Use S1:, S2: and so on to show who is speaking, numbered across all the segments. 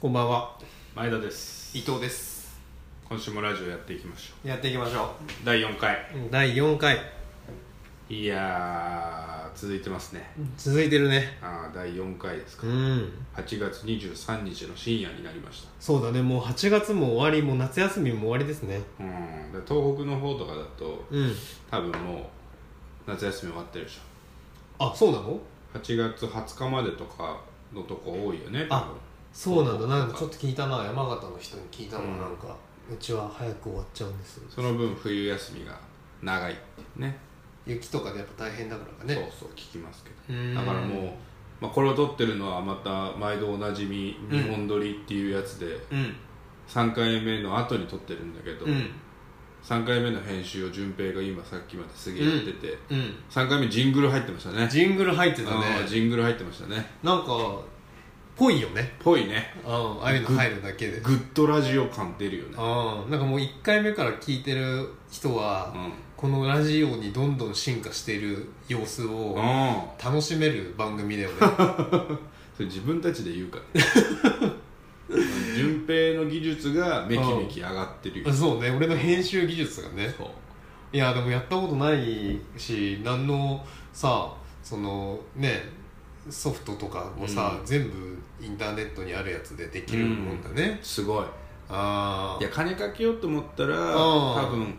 S1: こんばんは
S2: 前田です
S1: 伊藤です
S2: 今週もラジオやっていきましょ
S1: やっていきましょ
S2: う第4回
S1: う第4回
S2: いやー続いてますね
S1: 続いてるね
S2: あー第4回ですか
S1: うん
S2: 8月23日の深夜になりました
S1: そうだねもう8月も終わりもう夏休みも終わりですね
S2: うんで東北の方とかだと
S1: うん
S2: 多分もう夏休み終わってるでし
S1: あそうなの
S2: ょ8月20日までとかのとこ多いよね
S1: あそうなんだなんかちょっ
S2: と
S1: と聞いたな山形の人に聞いたのなんか、うちは早く終わっちゃうんです
S2: その分冬休みが長いっていうね
S1: 雪とかでやっぱ大変だからね
S2: そうそう聞きますけど
S1: うーん
S2: だからもう、まあ、これを撮ってるのはまた毎度おなじみ「
S1: うん
S2: 日本撮り」っていうやつで、
S1: うん
S2: 3回目の後に撮ってるんだけど、
S1: うん
S2: 3回目の編集を順平が今さっきまですげえやってて、
S1: うん
S2: 3回目ジングル入ってましたね
S1: ジングル入ってたね
S2: あージングル入ってましたね
S1: なんかぽいよね
S2: ぽいね
S1: うんああいうの入るだけで
S2: グッドラジオ感出るよね
S1: うんなんかもう1回目から聞いてる人は、
S2: うん
S1: このラジオにどんどん進化している様子を
S2: あ
S1: 楽しめる番組だよね
S2: それ自分たちで言うからね うん順平の技術がめきめき上がってるよ、
S1: そうね俺の編集技術がね
S2: そう
S1: いやでもやったことないし何のさそのねソフトとかもさ、
S2: う
S1: 全部インターネットにあるやつでできるもんだね、
S2: すごい
S1: ああ
S2: いや金かけようと思ったら
S1: あー
S2: 多分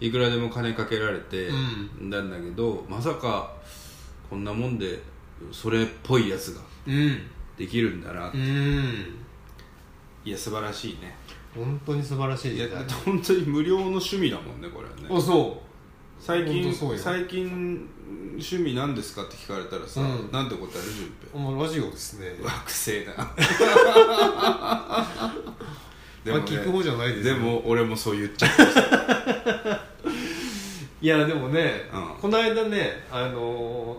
S2: いくらでも金かけられて
S1: う
S2: なんだけど、まさかこんなもんでそれっぽいやつが
S1: うん
S2: できるんだな、
S1: うん
S2: いや素晴らしいね
S1: 本当に素晴らしい
S2: いや
S1: 時代
S2: 本当に無料の趣味だもんねこれは
S1: お
S2: ね
S1: そ
S2: 最
S1: ほん
S2: 近
S1: とそうよ
S2: 最近趣味なんですかって聞かれたらさ、
S1: うん
S2: なんて答える順
S1: うお前ラジオですね
S2: 平惑星だで
S1: ま あ
S2: も、
S1: 聞く
S2: ね、
S1: 方じゃないです
S2: で
S1: よ
S2: も俺もそう言っちゃう
S1: いやでもね、
S2: うん
S1: この間ねあのー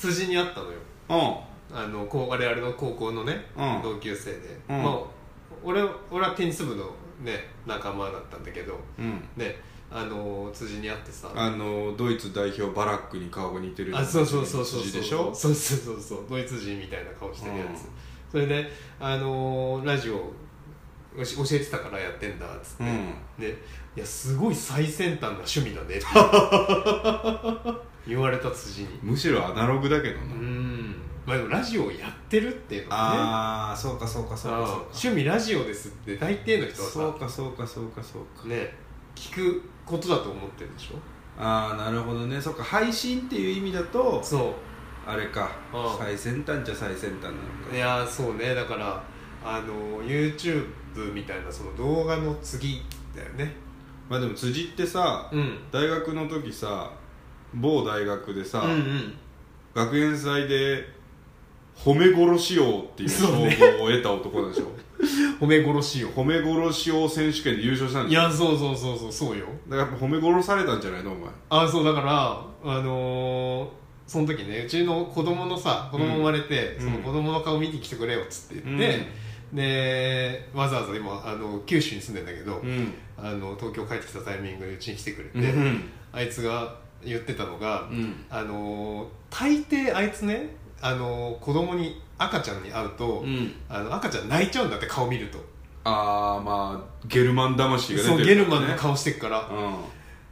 S1: 辻に会ったのよ
S2: う
S1: あのこう我々の高校のね、
S2: うん
S1: 同級生で、
S2: うん
S1: まあ、俺俺はテニス部のね仲間だったんだけど
S2: んうん
S1: ねあのー辻に会ってさ
S2: あのドイツ代表バラックに顔が似てる
S1: あそうそうそうそう
S2: 筋
S1: そう
S2: でしょ
S1: そうそうそうそうドイツ人みたいな顔してるやつ、
S2: うん
S1: それであのーラジオよし教えてたからやってんだっつって、
S2: うん
S1: でいやすごい最先端な趣味だねって 言われた辻に
S2: むしろアナログだけどな、
S1: うんまあでもラジオをやってるっていうのがね
S2: ああそうかそうかそう
S1: あ
S2: か
S1: ー
S2: そうか
S1: 趣味ラジオですって大抵の人はさ
S2: そうかそうかそうかそうか
S1: ね聞くことだと思ってるでしょ
S2: ああなるほどねそうか配信っていう意味だと
S1: そ
S2: あれか
S1: うん
S2: 最先端じゃ最先端なの
S1: う
S2: か
S1: いやーそうねだからあの YouTube みたいなその動画の次だよね
S2: まあでも辻ってさ
S1: うん
S2: 大学の時さ某大学でさ、
S1: うんうん
S2: 学園祭で褒め殺し王っていう称
S1: そうね
S2: 号を得た男なんでしょ、
S1: 褒め殺しよ
S2: 褒め殺し王選手権で優勝したんで
S1: い
S2: しょ
S1: やそうそうそうそうそうよ
S2: だからやっぱ褒め殺されたんじゃないのお前
S1: あそうだからあのーその時ねうちの子供のさ子供生まれて、
S2: うん
S1: その子供の顔見に来てくれよっつって言って、でわざわざ今あの九州に住んでんだけど、
S2: うん
S1: あの東京帰ってきたタイミングでうちに来てくれて、
S2: うん
S1: あいつが言ってたのが、
S2: うん
S1: あの大抵あいつねあの子供に赤ちゃんに会うと、
S2: うん
S1: あの赤ちゃん泣いちゃうんだって顔見ると、
S2: ああまあゲルマン魂が出て
S1: そう
S2: る
S1: ゲルマンの
S2: ね
S1: 顔してっから、
S2: うん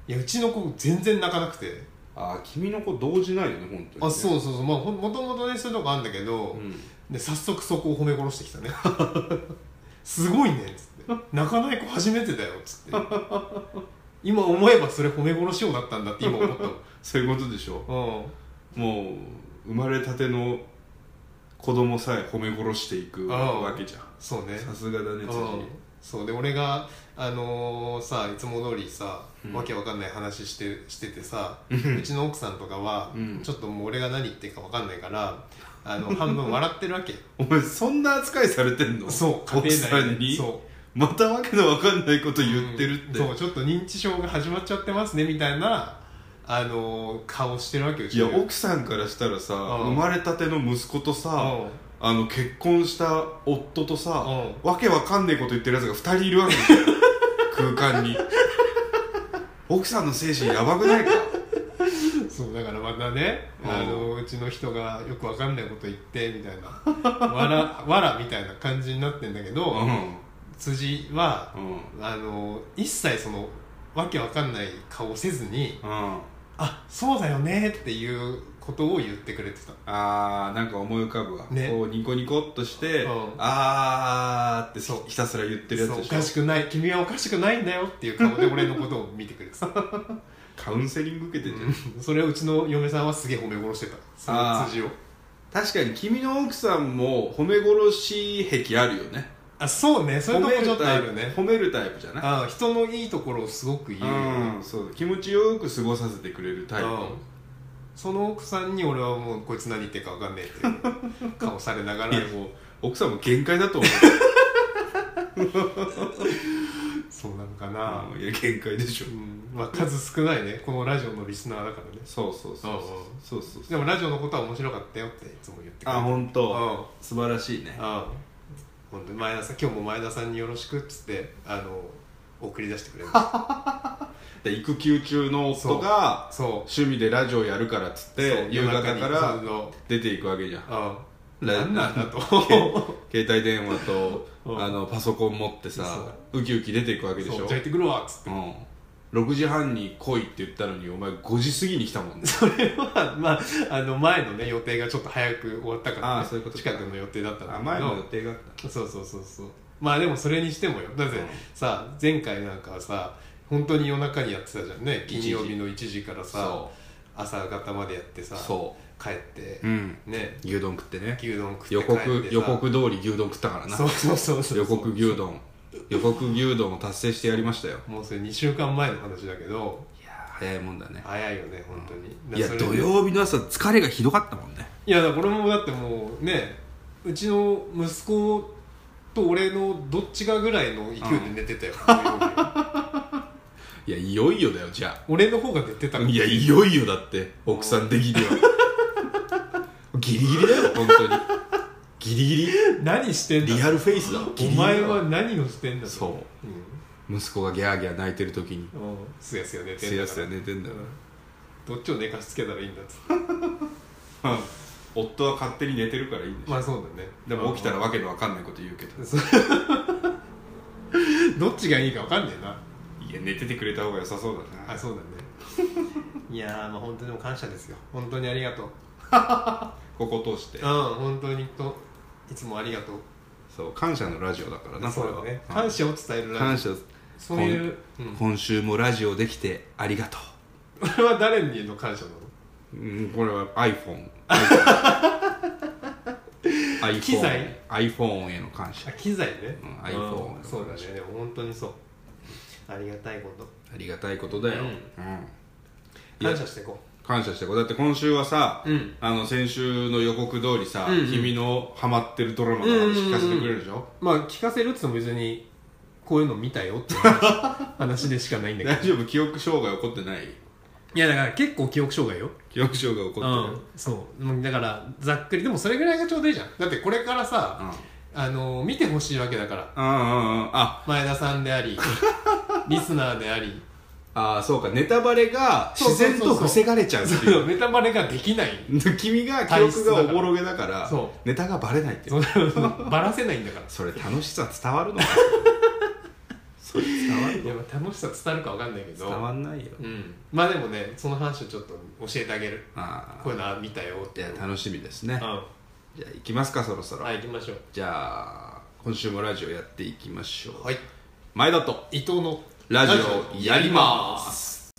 S1: いやうちの子全然泣かなくて、
S2: あー君の子動じないよね本当にね
S1: あそううそうそうまあほんもともとねそういうとこあるんだけど、
S2: ん
S1: で早速そこを褒め殺してきたね すごいねっつって泣かない子初めてだよっつって今思えばそれ褒め殺しようだったんだって今思った
S2: そういうことでしょ
S1: もん、うん
S2: もう生まれたての子供さえ褒め殺していく
S1: あー
S2: わけじゃん
S1: そうね
S2: さすがだね辻
S1: うんそうで俺があのーさいつも通りさ、
S2: うん
S1: わけわかんない話してしててさ
S2: う
S1: うんちの奥さんとかは、
S2: うん
S1: ちょっともう俺が何言ってるかわかんないからあの半分笑ってるわ けよ
S2: お前そんな扱いされてんの
S1: そう
S2: 奥さん
S1: で
S2: に
S1: そう
S2: またわけのわかんないこと言ってるって、
S1: うんそうちょっと認知症が始まっちゃってますねみたいなあのー顔してるわけよ
S2: いや
S1: うちの
S2: 奥さんからしたらさ
S1: うん
S2: 生まれたての息子とさ
S1: うん
S2: あの結婚した夫とさ
S1: う
S2: わけわかんねえこと言ってるやつが2人いるわけで すよ空間に奥さんの精神やばくないか
S1: そうだからまあがね、
S2: うん
S1: あのうちの人がよくわかんないこと言ってみたいな わらわらみたいな感じになってんだけど、辻は
S2: うんうん
S1: あの一切そのわけわかんない顔をせずに
S2: うん
S1: 「あそうだよね」っていうことを言ってくれてた
S2: あーなんか思い浮かぶわ、
S1: ね
S2: こうニコニコっとして、
S1: うん
S2: あーって
S1: そう
S2: ひたすら言ってるやつ
S1: そう
S2: で
S1: お
S2: しょ
S1: かしくない君はおかしくないんだよっていう顔で俺のことを見てくれてた
S2: カウンセリング受けてんじゃん、
S1: うんそれをうちの嫁さんはすげえ褒め殺してたその辻を
S2: 確かに君の奥さんも褒め殺し癖あるよね
S1: あそうねそういうとこちょっとあ
S2: タイ
S1: る
S2: プ
S1: よね
S2: 褒めるタイプじゃない
S1: あ人のいいところをすごく言うよね
S2: うんそう気持ちよく過ごさせてくれるタイプ
S1: うんその奥さんに俺はもうこいつ何言ってるか分かんねえ っていう顔されながら
S2: いやもう奥さんも限界だと思
S1: そうなのかな、
S2: ういや限界でしょ
S1: うんまあ、数少ないねこのラジオのリスナーだからね
S2: そうそうそうそうそうそう
S1: でもラジオのことは面白かったよっていつも言ってくれ
S2: あ
S1: て
S2: 本
S1: うん
S2: 当素晴らしいね
S1: あほんで前田さん今日も前田さんによろしくっつってあの送り出してくれま した
S2: で育休中の夫が
S1: そう
S2: 趣味でラジオやるからっつって夕方か
S1: 夜中
S2: ら
S1: にその
S2: 出ていくわけじゃん
S1: あ
S2: ラ
S1: なんなんだと
S2: け携帯電話と
S1: うん
S2: あのパソコン持ってさウキウキ出ていくわけでし
S1: そう
S2: ょ
S1: じゃあ行ってくるわっつって
S2: うん、6時半に来いって言ったのにお前5時過ぎに来たもんね
S1: それは まああの前のね予定がちょっと早く終わったから、ね、
S2: ああそういうことか
S1: 近くの予定だったんだけど
S2: 前の予定があった
S1: そうそうそうそうまあでもそれにしてもよだって
S2: うん
S1: さ前回なんかはさ本当に夜中にやってたじゃんね
S2: 一時
S1: 金曜日の1時からさ
S2: そ
S1: 朝方までやってさ
S2: うそ
S1: 帰って
S2: う、うん、
S1: ね
S2: 牛丼食ってね
S1: 牛丼食って帰
S2: 予
S1: ってさ
S2: 告予告通り牛丼食ったからな
S1: そうそうそうそう
S2: 予告牛丼予告牛丼を達成してやりましたよ
S1: もうそれ2週間前の話だけど
S2: いやー早いもんだね
S1: 早いよね本当に、
S2: いや
S1: だからそ
S2: 土
S1: れ
S2: 曜日の朝疲れがひどかったもんね
S1: いやだから俺もだってもうねうちの息子と俺のどっちかぐらいの勢いで寝てたよ、土曜日
S2: いやいよいよだよじゃ
S1: 俺の方が寝てた
S2: あ
S1: から
S2: いやいよいよだって奥さん的には ギリギリだよ本当にギリギ
S1: 何してんだ
S2: リリアルフェイスだわギ
S1: お
S2: リギリだわ
S1: 前は何をしてんだと
S2: そう
S1: うん、
S2: 息子がギャーギャー泣いてる時
S1: う
S2: に
S1: んすやすや寝てんだから
S2: すやすや寝てんだよ
S1: どっちを寝かしつけたらいいんだっつって
S2: 夫は勝手に寝てるからいいんでしょ、
S1: まあそうだね
S2: でも起きたらわけのわかんないこと言うけど
S1: そう どっちがいいか分かんねえない
S2: や寝ててくれた方が良さそうだ
S1: あ
S2: な
S1: そうだねいやーまあ本当にもう感謝ですよ本当にありがとう
S2: ここを通して
S1: うん本当にといつもありがとう
S2: そう感謝のラジオだからな
S1: そうだ
S2: これ
S1: ね
S2: は
S1: 感謝を伝える
S2: うん
S1: ラジオ
S2: 感謝
S1: そういう、うん、こ
S2: 今週もラジオできてありがと
S1: れは誰にの感謝なの
S2: う、うん、これは iPhone iPhone
S1: 機材
S2: iPhone への感謝
S1: あ機材ね、
S2: うん iPhone
S1: うんそうだねでも本当にそうありがたいこと
S2: ありがたいことだよ、
S1: うん
S2: うんいや
S1: 感謝していこ
S2: 感謝してこうだって今週はさ、
S1: うん
S2: あの先週の予告通りさ、
S1: うんうん
S2: 君のハマってるドラマの話聞かせてくれるでしょ、
S1: うまあ聞かせるっつっても別にこういうの見たよっていう話話でしかないんだけ ど
S2: 大丈夫記憶障害起こってない
S1: いやだから結構記憶障害よ
S2: 記憶障害起こってる、
S1: そううんだからざっくりでもそれぐらいがちょうどいいじゃんだってこれから
S2: うん、
S1: さ、あの見てほしいわけだから
S2: うんうんうんあ
S1: 前田さんであ りリスナーであり
S2: あーそうかネタバレが
S1: そう
S2: 自
S1: そうそう
S2: 然と防がれちゃうって
S1: そ
S2: いう
S1: う ネタバレができない
S2: 君が記憶がおぼろげだから
S1: そ
S2: ネタがバレないっていう
S1: そのバラせないんだから
S2: それ楽しさ伝わるの かそれ伝わる
S1: いやまあ楽しさ伝わるかわかんないけど
S2: 伝わんないよ
S1: うん、まあでもねその話をちょっと教えてあげる
S2: あ
S1: こ
S2: あ
S1: ういうの見たよって
S2: いや楽しみですね
S1: う
S2: じゃあ行きますかそろそ
S1: ん
S2: ろ、
S1: はい行きましょう
S2: じゃあ今週もラジオやっていきましょう、
S1: はい
S2: 前田と
S1: 伊藤の
S2: ラジオやります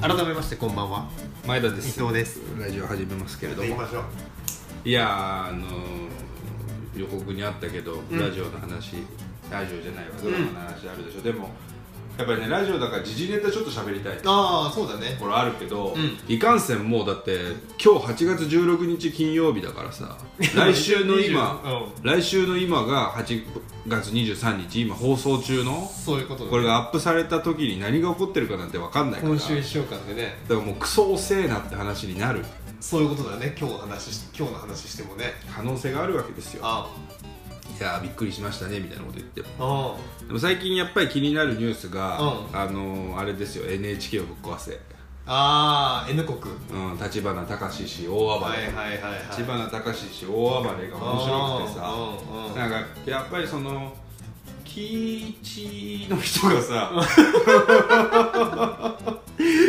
S1: 改めましてこんばんは
S2: 前田で
S1: 伊
S2: す
S1: 藤です
S2: ラジオ始めますけれど
S1: 行き
S2: も
S1: ましょう
S2: いやーあのー予告にあったけど、
S1: うん
S2: ラジオの話ラジオじゃないわドラマの話あるでしょ、でもやっぱりねラジオだから時事ネタちょっと喋りたい
S1: ああそうだね
S2: これあるけ
S1: う
S2: ど、
S1: ん
S2: いかんせんもうだって今日8月16日金曜日だから さ来週の今
S1: う
S2: 来週の今が8月23日今放送中の
S1: んそういうことだね
S2: これがアップされた時に何が起こってるかなんて分かんないから
S1: 今週1
S2: だ
S1: 週間でね
S2: からもうクソ遅えなって話になる
S1: そういうことだね今日話し今日の話してもね
S2: 可能性があるわけですよ
S1: あ
S2: いやーびっくりしましたねみたいなこと言っても
S1: あ
S2: でも最近やっぱり気になるニュースが、
S1: う
S2: あのーあれですよ NHK をぶっ壊せ、
S1: ああ N 国
S2: うん、立花隆氏大暴れ、
S1: はいはいはいはい
S2: 立花隆氏大暴れが面白くてさ
S1: うんうん
S2: なんかやっぱりその喜一の人がさ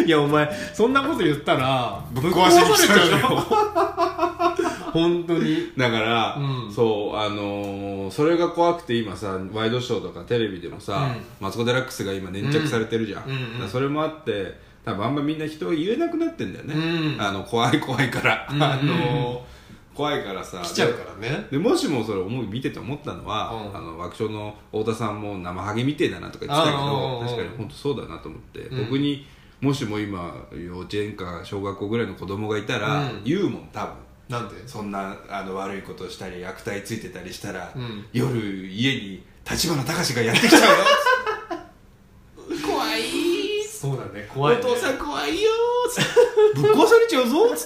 S1: いやお前そんなこと言ったら
S2: ぶっ壊しに来たんだ
S1: ぶっ壊されちゃうよ 本当に
S2: だから、
S1: うん
S2: そうあのーそれが怖くて今さワイドショーとかテレビでもさ、
S1: う
S2: マツコ・デラックスが今粘着されてるじゃん、
S1: うんうんうん
S2: だからそれもあって多分あんまみんな人は言えなくなってんだよね、
S1: うん
S2: あの怖い怖いから、
S1: うんうん
S2: あのー怖いからさ
S1: 来ちゃうからね
S2: でもしもそれ思い見てて思ったのは、
S1: うん
S2: あの爆笑の太田さんも生ハゲみてえだなとか言ってたけ
S1: あ
S2: ど
S1: ー
S2: 確かに本当そうだなと思って、
S1: うん
S2: 僕にもしも今幼稚園か小学校ぐらいの子供がいたら、
S1: うん
S2: 言うもん多分
S1: なんで
S2: そんなあの悪いことをしたり悪態ついてたりしたら、
S1: うん
S2: 夜家に立花隆がやってきちゃうよ 怖い
S1: そうだね怖い、ね、
S2: お父さん怖いよつって ぶっ壊されちゃうぞつっ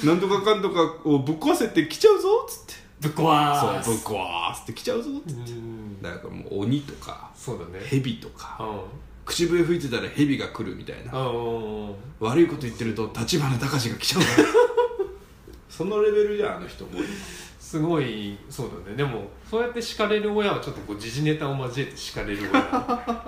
S2: てなんとかかんとかをぶっ壊せて来ちゃうぞつって
S1: ぶっ壊
S2: そうぶっ壊して来ちゃうぞつって
S1: うん
S2: だからもう鬼とか
S1: そうだね
S2: 蛇と
S1: う
S2: か
S1: ん
S2: 口笛吹いてたら蛇が来るみたいな
S1: うんうん
S2: 悪いこと言ってると立花隆が来ちゃうから そのレベルじゃんあの人も
S1: すごいそうだねでもそうやって敷かれる親はちょっとこう時事ネタを交えて敷かれる 親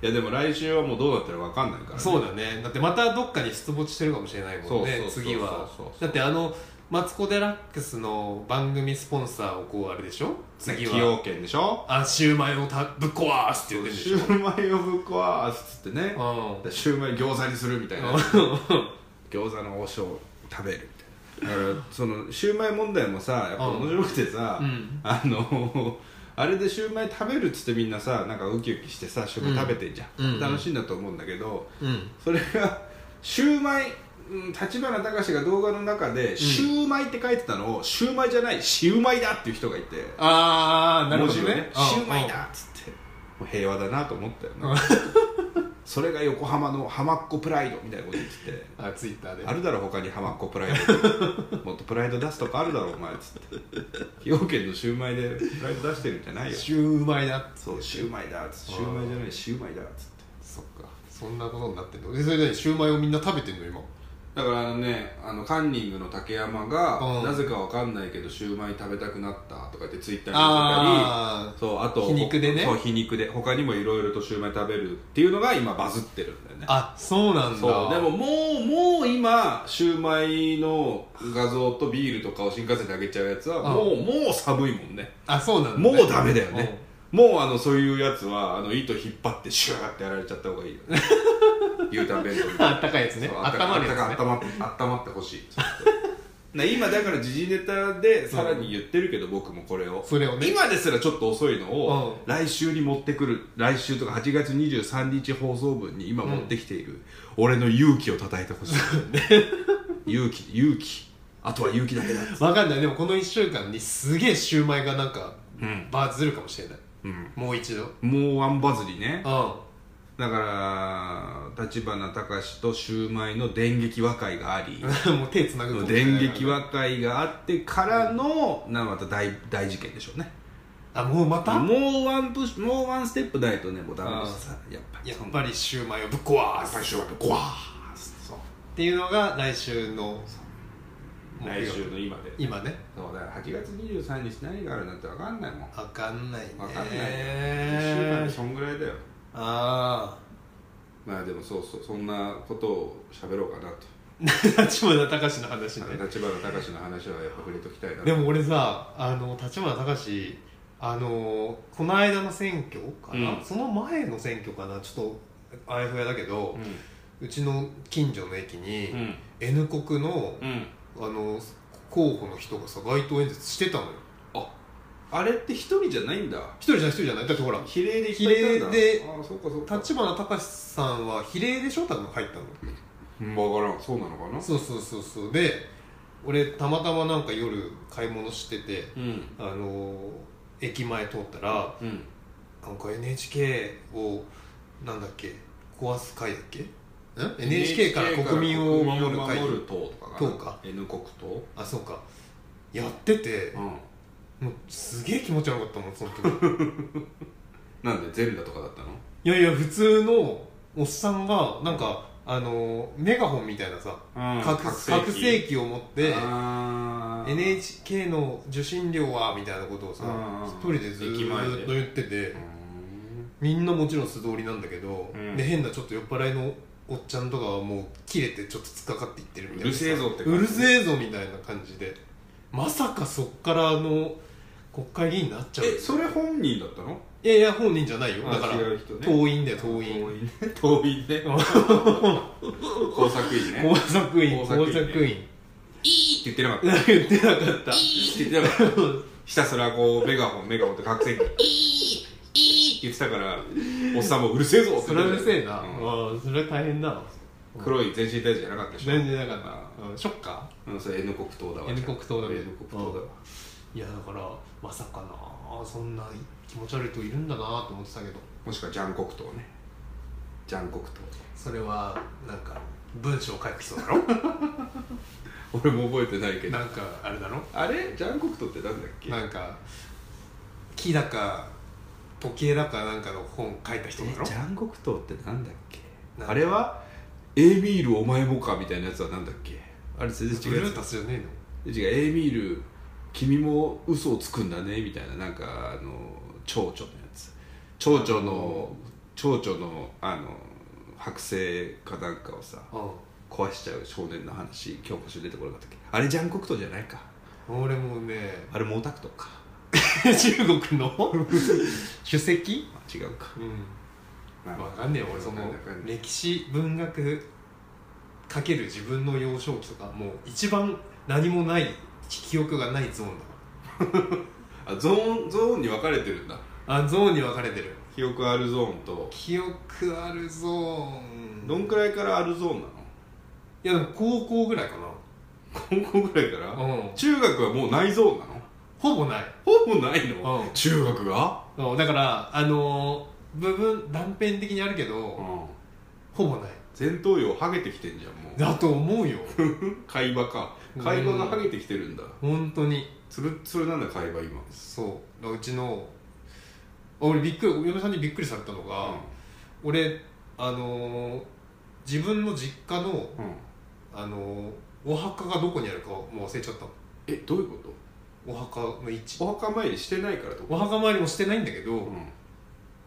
S2: いやでも来週はもうどうなってるか分かんないから、ね、
S1: そうだねだってまたどっかに出没してるかもしれないもんね
S2: そうそうそうそう
S1: 次は
S2: そうそうそう
S1: だってあのマツコ・デラックスの番組スポンサーをこうあれでしょ次
S2: 崎陽
S1: は
S2: 軒でしょ
S1: あシューマイをたぶっ壊すって言ってるんでし
S2: シューマイをぶっ壊すっつってね
S1: ょうん
S2: シューマイ餃子にするみたいな
S1: う
S2: 餃子の王将を食べるみたいなだからそのシューマイ問題もさやっぱ面白くてさ、
S1: うん
S2: あのあれでシューマイ食べるっつってみんなさなんかウキウキしてさ食食べてんじゃん、
S1: うんうん
S2: 楽しいんだと思うんだけど
S1: んうん
S2: それがシューマイうん立花隆が動画の中で、シューマイって書いてたのをシューマイじゃないシウマイだっていう人がいて
S1: ああなるほどね
S2: シューマイだっつってもう平和だなと思ったよな それが横浜の浜っ子プライドみたいなこと言ってて
S1: あツイッターで
S2: あるだろ他に浜っ子プライ ドもっとプライド出すとかあるだろお前っつって崎陽軒のシューマイでプライド出してるんじゃないよ
S1: シューマイだって
S2: そうシューマイだっつってシューマイじゃないシューマイだっつって
S1: そっかそんなことになってんのでそれでシューマイをみんな食べてんの今
S2: だからあのねあのカンニングの竹山が、
S1: うん
S2: なぜかわかんないけどシューマイ食べたくなったとか言ってツイッターに載せたり
S1: あ
S2: そうあと
S1: 皮肉でね
S2: そう皮肉で他にもいろいろとシューマイ食べるっていうのが今バズってるんだよね
S1: ああそうなんだ
S2: そうでももうもう今シューマイの画像とビールとかを新幹線であげちゃうやつは
S1: ん
S2: もうもう寒いもんね
S1: あそうなんだ
S2: もうダメだよねもうあのそういうやつはあの糸引っ張ってシューってやられちゃった方がいいよ ね牛タン弁当み
S1: うん
S2: たい
S1: あったかいやつね
S2: そう
S1: あったまるやつ
S2: あっ
S1: ね
S2: たかいあったまってあったまってほしいな今だから時事ネタでさらに言ってるけど、僕もこれを
S1: それをね
S2: 今ですらちょっと遅いのを、
S1: う
S2: 来週に持ってくる来週とか8月23日放送分に今持ってきている、俺の勇気を叩いて ほしい、勇気勇気あとは勇気だけだ
S1: わかんないでもこの1週間にすげえシューマイがなんか
S2: うん、
S1: バズるかもしれない
S2: うん、
S1: もう一度
S2: もうワンバズりね
S1: う
S2: だから立花隆とシューマイの電撃和解が あり
S1: んもう手つなぐかもしれない
S2: 電撃和解があってからの、なまた大大事件でしょうね
S1: あもうまた
S2: もうワンプッシュもうワンステップないとねもうダメですさやっぱり
S1: や
S2: そ
S1: っ
S2: の
S1: ぱりシューマイをぶっ壊
S2: やっぱ
S1: す
S2: りシューマイゴワーッそう
S1: っていうのが来週の
S2: 来週の今で
S1: 今ね
S2: そうだから8月23日何があるなんて分かんないもん
S1: わかんないね
S2: 分かんないよ、1週間でそんぐらいだよ
S1: あ
S2: まあでもそうそうそんなことを喋ろうかなと
S1: あ 立花隆の話ね
S2: 立花隆の話はやっぱ触れときたい な
S1: でも俺さあの立花隆あのこの間の選挙かな、
S2: うん
S1: その前の選挙かなちょっとあやふやだけど、うちの近所の駅に、
S2: うん
S1: N 国の
S2: うん
S1: あの候補の人がさ街頭演説してたのよ
S2: ああれって一人じゃないんだ
S1: 一人じゃない一人じゃないだってほら
S2: 比例でいっぱいいたんだ
S1: 比例で
S2: ああそうかそうか
S1: 立花隆さんは比例で翔太君が入ったの
S2: うん分からんそうなのかな
S1: そうそうそうそうで俺たまたまなんか夜買い物してて
S2: うん
S1: あのー駅前通ったら
S2: うん
S1: なんか NHK をなんだっけ壊す会だっけん NHK から国民を守る会
S2: 国民を守る党とかかな
S1: 党か
S2: N 国党
S1: あそうかやってて
S2: うん
S1: もうすげえ気持ち悪かったもんその時
S2: なんで全裸とかだったの
S1: いやいや普通のおっさんがなんかあのーメガホンみたいなさ拡拡声器を持って
S2: あー
S1: NHK の受信料はみたいなことをさ
S2: うん
S1: 一人でず
S2: 駅前で
S1: ーっと言ってて
S2: うーん
S1: みんなもちろん素通りなんだけど、
S2: うん
S1: で変なちょっと酔っ払いのおっちゃんとかはもう切れてちょっと突っかかっていってるみたいな
S2: うるせえぞって感
S1: う
S2: じ
S1: るせえぞみたいな感じでまさかそっからあの国会議員になっちゃう
S2: えそれ本人だったの
S1: いやいや本人じゃないよ
S2: あ
S1: だから
S2: 違う人ね
S1: 党員だよ党員
S2: 員ね党員 ね工作員ね
S1: 工作員
S2: 工
S1: 工
S2: 作員ね
S1: 作員
S2: いいって言ってなかったい
S1: 言ってなかった
S2: いって言ってなかった ひたすらこうメガホンメガホンって覚醒器いいいいって言ってたから おっさんもうるせえぞって
S1: それはうるせえな、
S2: う
S1: あ
S2: ん
S1: あそれは大変だわ
S2: 黒い全身体重じゃなかったでしょ
S1: 全然なかった、うん、ショッカ
S2: たうんそれ N 国党だわ
S1: N 国党だね
S2: N 国党だわ
S1: ーいやだからまさかなそんな気持ち悪い人いるんだなと思ってたけど
S2: もしくはジャン国党ねジャン国党
S1: それはなんか文章を書いてそうだ ろ
S2: 俺も覚えてないけど
S1: なんかあれだろ
S2: あれジャン国党ってなんだっけ
S1: なんか木だか時計だかなんかの本書いた人だ
S2: え
S1: ろ
S2: ジャン国党ってなんだっけ
S1: なんか
S2: あれは「エーミールお前もか」みたいなやつはなんだっけあれ全
S1: ブ
S2: 然違う
S1: ル
S2: や
S1: ータスじゃね
S2: つ違うエーミール君も嘘をつくんだねみたいななんかあの蝶々のやつ蝶々の蝶々のあの剥製かなんかをさ
S1: えの
S2: 壊しちゃう少年の話教科書に出てこなかったっけあれジャン国党じゃないか
S1: うん俺もね
S2: あれ毛沢東か
S1: 中国の 主席
S2: あ違うか
S1: うん
S2: な
S1: 分かんねえよ俺その
S2: わかんない
S1: 歴史文学かける自分の幼少期とかもう一番何もない記憶がないゾーンだ
S2: あゾーンゾーンに分かれてるんだ
S1: あゾーンに分かれてる
S2: 記憶あるゾーンと
S1: 記憶あるゾーン
S2: どんくらいからあるゾーンなの
S1: いやでも高校ぐらいか
S2: 高校ぐらいか
S1: な
S2: ら、
S1: うん
S2: 中学はもうないゾーンなの
S1: ほぼない
S2: ほぼないの、
S1: うん
S2: 中学が、
S1: そうだからあのー部分断片的にあるけど、ほぼない
S2: 前頭葉ハゲてきてんじゃんもう
S1: だと思うよ
S2: 会話か
S1: うん
S2: 会話がハゲてきてるんだ
S1: 本当に
S2: つるっつるなんだ会話今
S1: そうだからうちの俺びっくりお嫁さんにびっくりされたのが、俺あのー自分の実家の、
S2: うんうん
S1: あのーお墓がどこにあるかもう忘れちゃったの
S2: えどういうこ
S1: お墓の位置
S2: とお墓参りしてないからってこ
S1: お墓参りもしてないんだけど、
S2: とうん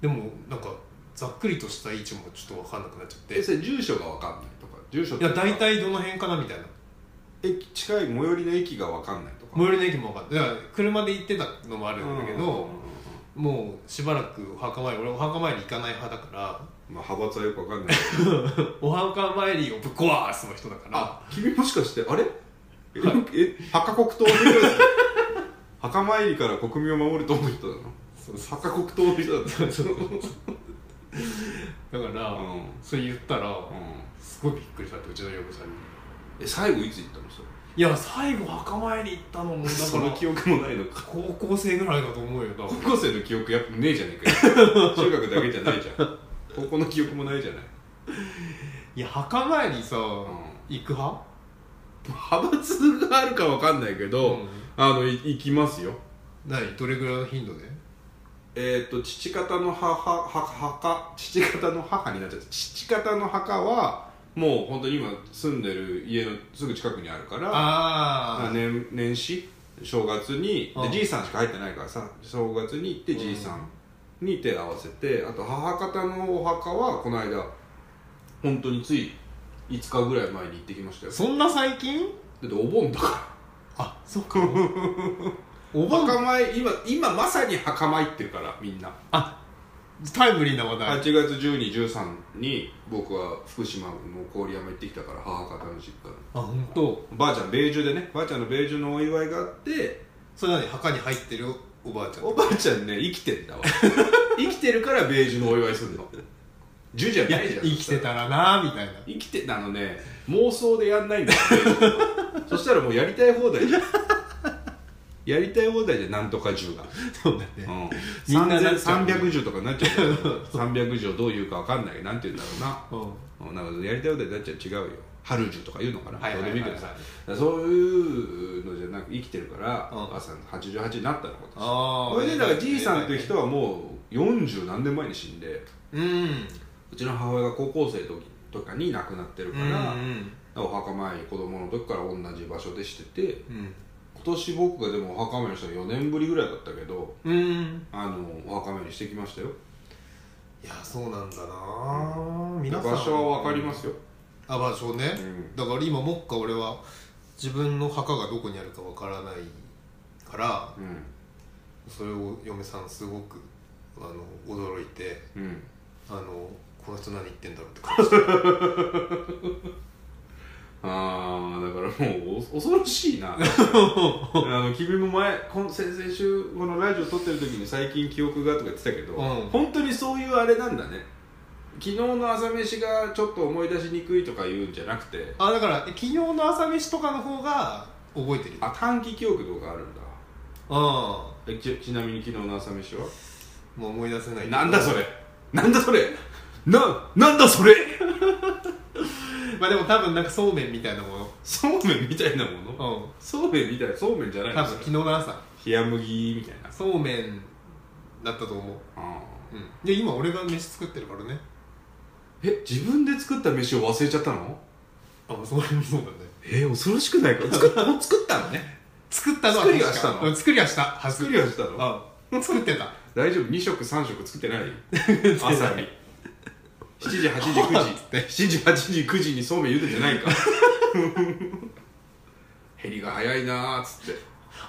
S1: でもなんかざっくりとした位置もちょっと分かんなくなっちゃって
S2: えそれ住所が分かんないとか住所
S1: いや大体どの辺かなみたいな
S2: 駅近い最寄りの駅が分かんないとか
S1: 最寄りの駅も分かんないだから車で行ってたのもあるんだけ
S2: うんうんうん
S1: ど、もうしばらくお墓参り俺お墓参り行かない派だか
S2: まあ、派閥はよく分かんないけど
S1: らお墓参りをぶっ壊すの人だから
S2: あ君もしかしてあれええ墓国党の人ですか墓参りから国民を守る党の人なの
S1: そうそ
S2: 坂国党の人だった
S1: うそうだから、
S2: うんうん
S1: それ言ったら、すごいびっくりされてうちの嫁さんに
S2: え最後いつ行ったのそれ
S1: いや最後墓参り行ったのもだ
S2: その
S1: か
S2: 記憶もないのから
S1: 高校生ぐらいだと思うよだから
S2: 高校生の記憶やっぱねえじゃねえかよ中学だけじゃないじゃん高校の記憶もないじゃない、
S1: いや墓参りさ、
S2: うん
S1: 行く派
S2: 派閥があるかわかんないけ
S1: う
S2: ど、
S1: ん
S2: あのい行きますよ
S1: 何どれぐらいの頻度で
S2: えっ、と父方の母母母父方の母になっちゃって父方の墓はもう本当に今住んでる家のすぐ近くにあるから
S1: あ
S2: まあ年年始正月に
S1: う
S2: で
S1: ん
S2: じいさんしか入ってないからさ正月に行って
S1: うん
S2: じいさんに手を合わせてあと母方のお墓はこの間本当につい5日ぐらい前に行ってきましたよ
S1: そんな最近
S2: だってお盆だか
S1: あそっか お
S2: ら
S1: ばが
S2: 墓参今今まさに墓参ってるからみんな、
S1: タイムリーな話題、
S2: 8月1213に僕は福島の郡山行ってきたから母方の実家
S1: あ本当。
S2: ばあちゃん米寿でねばあちゃんの米寿のお祝いがあって
S1: それなに墓に入ってるおばあちゃん
S2: おばあちゃんね生きてん だわ生きてるから米寿のお祝いするの寿じゃ
S1: いや
S2: ないじゃん
S1: 生きてたらなみたいな
S2: 生きてたのね妄想でやんないんだよ そしたらもうやりたい放題じゃんやりたい放題でなんとか10が、
S1: そうだ
S2: う
S1: ね
S2: ん、
S1: みんななっちゃう
S2: 300条とかになっちゃうから300条どう言うかわかんないけどなんて言うんだろう
S1: うん
S2: なうんなんかやりたいことになっちゃ違うよ春樹とか言うのかな、
S1: はいはいはいはい
S2: どうでもいいけどさだからそういうのじゃなく生きてるから、
S1: うん
S2: 朝88になったのことです
S1: ああ
S2: それでだからじいさんって人はもう40何年前に死んで
S1: うん
S2: うちの母親が高校生の時とかに亡くなってる
S1: う
S2: から、
S1: ん
S2: お墓参り子供の時から同じ場所でしてて
S1: うん
S2: 今年僕がでもお墓参りしたの4年ぶりぐらいだったけど
S1: うん
S2: あのお墓参りしてきましたよ
S1: いやそうなんだな
S2: 場
S1: 皆さん
S2: 所は分かりますよ、
S1: あ場所ね
S2: うん
S1: だから今もっか俺は自分の墓がどこにあるかわからないから
S2: うん
S1: それを嫁さんすごくあの驚いて
S2: うん、
S1: あのこの人何言ってんだろうって 感じ
S2: ああだからもうお恐ろしい なあの君も前こん先々週このラジオ撮ってる時に最近記憶がとか言ってたけど、
S1: うん
S2: 本当にそういうあれなんだね昨日の朝飯がちょっと思い出しにくいとか言うんじゃなくて
S1: あだから昨日の朝飯とかの方が覚えてるよ
S2: あ短期記憶とかあるんだ
S1: あ
S2: えちちなみに昨日の朝飯は
S1: もう思い出せない
S2: なんだそれなんだそれな、なんだそれ
S1: まあでも多分なんかそうめんみたいなもの
S2: そうめんみたいなもの
S1: うん
S2: そうめんみたいな、そうめんじゃない
S1: 多分昨日の朝
S2: 冷麦みたいな。
S1: そうめんだったと思う、
S2: あ
S1: うん、で今俺が飯作ってるからね
S2: ーえ、自分で作った飯を忘れちゃったの
S1: あそうそうだね
S2: えー、恐ろしくないか作ったの作ったのね。
S1: 作ったのは
S2: 作りは
S1: 確か
S2: したの
S1: うん作りはしたはず
S2: 作りはしたの
S1: うん作ってた
S2: 大丈夫 ?2 食3食 作ってない
S1: てない
S2: 朝に。7時、8時、9時。7時、8時、9時にそうめん茹でてないか。 減りが早いなーっつって。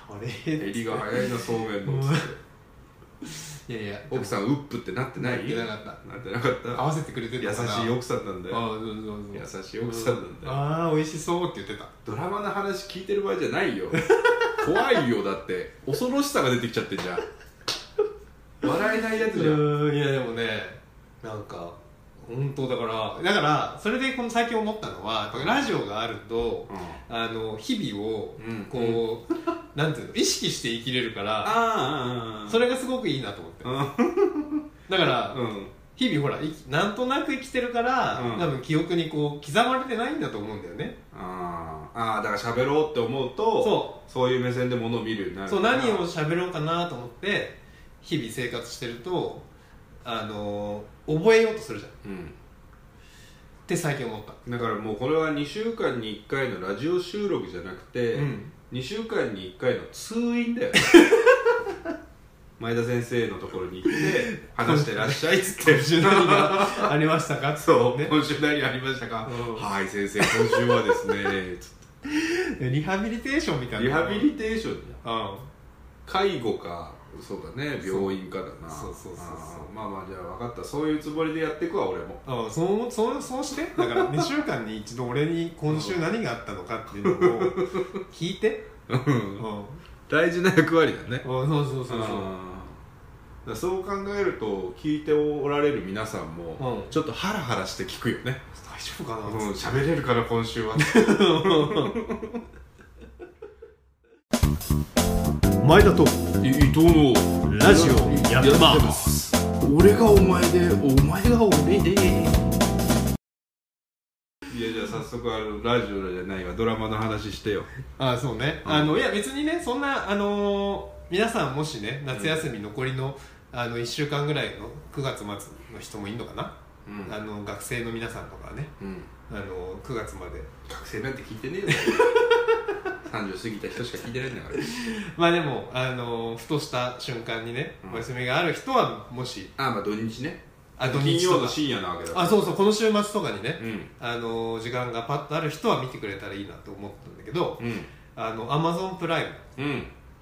S1: あ
S2: 減
S1: れ
S2: りが早いな、そうめんのっつって。
S1: いやいや
S2: 奥さんウップってなってない
S1: なってなかった
S2: なってなかった
S1: 合わせてくれて
S2: 優
S1: たから
S2: しい奥さんなんだ
S1: あ
S2: よ
S1: そうそうそう
S2: 優しい奥さんなんだよ
S1: ああ美味しそうって言ってた
S2: ドラマの話聞いてる場合じゃない よ怖いよだって恐ろしさが出てきちゃってんじゃん笑えないやつ じゃん、
S1: うんいやでもねなんか本当だからだからそれでこの最近思ったのはやっぱラジオがあるとあの日々を
S2: うん
S1: こう、なんていうの意識して生きれるから
S2: ああ
S1: そ
S2: れ
S1: れがすごくいいなと思って
S2: うん
S1: だから、
S2: うん
S1: 日々ほらいきなんとなく生きてるから、
S2: うん
S1: 多分記憶にこう刻まれてないんだと思うんだよね
S2: あーあーだから喋ろうって思うと
S1: そう
S2: そういう目線で物を見るようになる
S1: そう
S2: から
S1: 何を喋ろうかなと思って日々生活してるとあのー覚えようとするじゃんっ
S2: うん
S1: て最近思った
S2: だからもうこれは2週間に1回のラジオ収録じゃなくて、
S1: うん
S2: 2週間に1回の通院 だよ前田先生のところに行って 話してらっしゃいっつって
S1: 今週何がありましたか
S2: そう、
S1: ね
S2: 今週何ありましたか
S1: うん
S2: はい先生今週はで すねつっ
S1: リハビリテーションみた
S2: て
S1: いな
S2: リハビリテーションじゃん
S1: うん
S2: 介護かそうだね病院かだな
S1: そうそうそうそう
S2: あーまあまあじゃあ分かったそういうつもりでやっていくわ俺も
S1: あそうそうそうしてだから2週間に一度俺に今週何があったのかっていうのを聞いてうんあ
S2: 大事な役割だね
S1: そうそう
S2: そ
S1: そうう
S2: そ
S1: そ
S2: うだからそう考えると聞いておられる皆さんも
S1: うん
S2: ちょっとハラハラして聞くよね
S1: 大丈夫かな、
S2: うん喋れるから今週は
S3: 前田と
S2: 伊藤の
S3: ラジオやってます
S2: す俺がお前でお前が俺でいやじゃあ早速あのラジオじゃないわドラマの話してよ
S1: あそうね、
S2: うん
S1: あのいや別にねそんなあのー皆さんもしね夏休み残りの,、あの1週間ぐらいの9月末の人もいるのかな、
S2: うん、
S1: あの学生の皆さんとかはねあの9月まで
S2: 学生なんて聞いてねえよ 30過ぎた人しか聞いてないんだから
S1: まあでもあのーふとした瞬間にね、
S2: うん
S1: お休みがある人はもし
S2: あまあ土日ね
S1: あ土
S2: 金
S1: 日
S2: 曜
S1: と
S2: の
S1: か
S2: 深夜なわけだ
S1: あそうそうこの週末とかにね、
S2: うん
S1: あのー時間がパッとある人は見てくれたらいいなと思ったんだけど
S2: うん
S1: あの Amazon プライ
S2: うん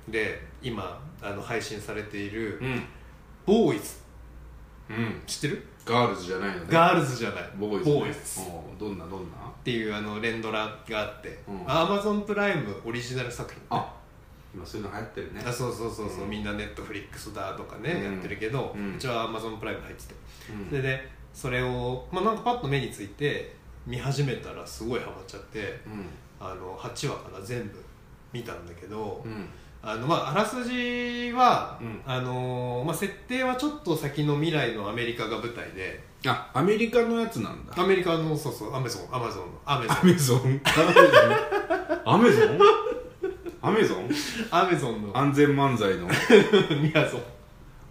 S1: ムで今あの配信されている
S2: うん
S1: 「ボーイズ
S2: うん」
S1: 知ってる
S2: ガールズじゃないのね
S1: ガールズじゃない
S2: ボーイズね、
S1: ボーイズっ
S2: おうどんなどんな
S1: ていうあの連ドラがあって、
S2: うん
S1: アマゾンプライムオリジナル作品
S2: あ今そういうの流行ってるね
S1: あそうそうそうそう、
S2: うん
S1: みんなネットフリックスだとかね、
S2: うん
S1: やってるけど、
S2: うん
S1: ちはアマゾンプライム入ってて、
S2: うん
S1: それでそれを、まあ、なんかパッと目について見始めたらすごいハマっちゃって
S2: う
S1: あの8話かな全部見たんだけど、
S2: んうん
S1: あのまあ、あらすじは、
S2: うん
S1: あのーまあ、設定はちょっと先の未来のアメリカが舞台で
S2: あアメリカのやつなんだ
S1: アメリカのそうそうアメゾンアマゾンのアメゾン
S2: アメゾンアメゾンアメゾン
S1: アメゾンの
S2: 安全漫才の
S1: みやぞん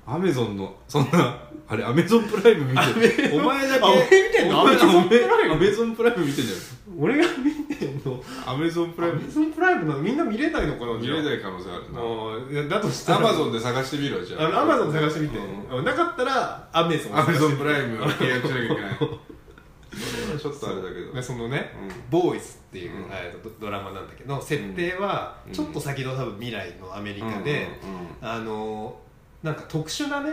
S2: アメゾンのそんなあれアメゾンプライム見てるお前だけ
S1: あ俺見てんの
S2: お前
S1: アメゾンプライム
S2: アメゾンプライム見てんじ
S1: 俺が見てんの
S2: ゃんアメゾンプ
S1: ア
S2: ライ
S1: メ
S2: ム
S1: ゾンプライムなのみんな見れないのかな
S2: 見れない可能性あるな
S1: うんいやだとした
S2: ア
S1: ら
S2: マゾンで探してみろじゃ
S1: あの
S2: あ
S1: アマゾン探してみて、
S2: うん
S1: なかったらアメゾン
S2: アマゾンプ
S1: イ
S2: ラ イム契約しなきゃいけないそれはちょっとあれだけど
S1: でそのね、
S2: う
S1: ボーイズっていう、
S2: うん
S1: えーとドドラマなんだけど設定は
S2: うん
S1: ちょっと先の多分未来のアメリカで、
S2: うんうんうん
S1: あのなんか特殊なね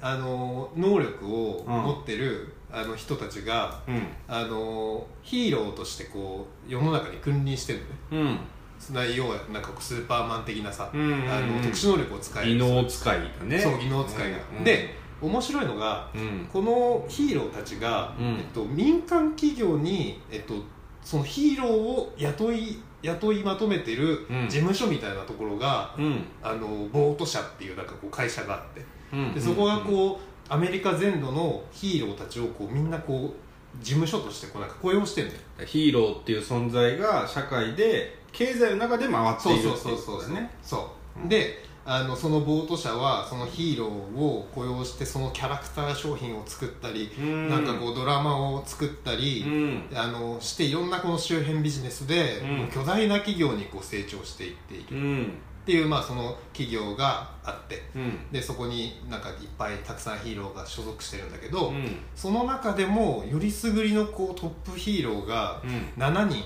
S1: あの能力を持ってる、あの人たちがあのヒーローとしてこう世の中に君臨してるのね
S2: うん
S1: そんな要はなんかスーパーマン的なさ、
S2: うんうんうん
S1: あの特殊能力を使える
S2: 技能使いだね
S1: そう技能使いが、
S2: うん
S1: で面白いのが
S2: うん
S1: このヒーローたちが、
S2: うん
S1: えっと、民間企業に、えっと、そのヒーローを雇い雇いまとめてる
S2: うん
S1: 事務所みたいなところが、
S2: うん
S1: あのボート社っていうなんかこう会社があって
S2: うん
S1: でそこがこうアメリカ全土のヒーローたちをこうみんなこう事務所としてこうなんか雇用してるんだよ
S2: ヒーローっていう存在が社会で経済の中で回って
S1: そう
S2: いる
S1: そう
S2: って
S1: そ
S2: いうう
S1: そう
S2: こと
S1: そ
S2: だ
S1: う、
S2: ね
S1: そうであのそのボート社はそのヒーローを雇用してそのキャラクター商品を作ったり、
S2: うん
S1: なんかこうドラマを作ったり、
S2: うん
S1: あのしていろんなこの周辺ビジネスで、
S2: うん
S1: もう巨大な企業にこう成長していっている
S2: うん
S1: っていう、まあ、その企業があって
S2: うん
S1: でそこになんかいっぱいたくさんヒーローが所属してるんだけ
S2: う
S1: ど、
S2: ん
S1: その中でもよりすぐりのこうトップヒーローが
S2: うん
S1: 7人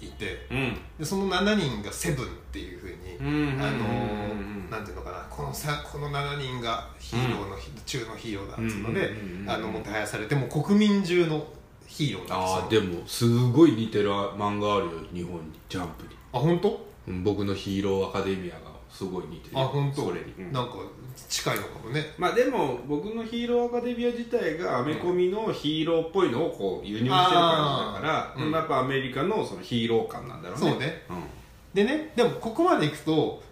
S1: いて。
S2: うん
S1: でその7人が「セブンっていうふうに、
S2: うん
S1: あの
S2: うんうんうん
S1: なんていうのかなこのさこの7人がヒーローの、中のヒーローだっていうので、
S2: うんうんうんうん
S1: あのもてはやされてもう国民中のヒーローな
S2: あ
S1: ん
S2: あ
S1: です
S2: で
S1: よ
S2: もすごい似てる漫画あるよ日本にジャンプに
S1: あ本当
S2: うん僕のヒーローアカデミアがすごい似てる
S1: あ本当
S2: それに、うん
S1: なんか近いのかもね
S2: まあでも僕のヒーローアカデミア自体がアメコミのヒーローっぽいのをこう輸入してる感じだか
S1: あー
S2: ら、
S1: うん
S2: やっぱアメリカのそのヒーロー感なんだろうね
S1: そうねでねでもここまでいくと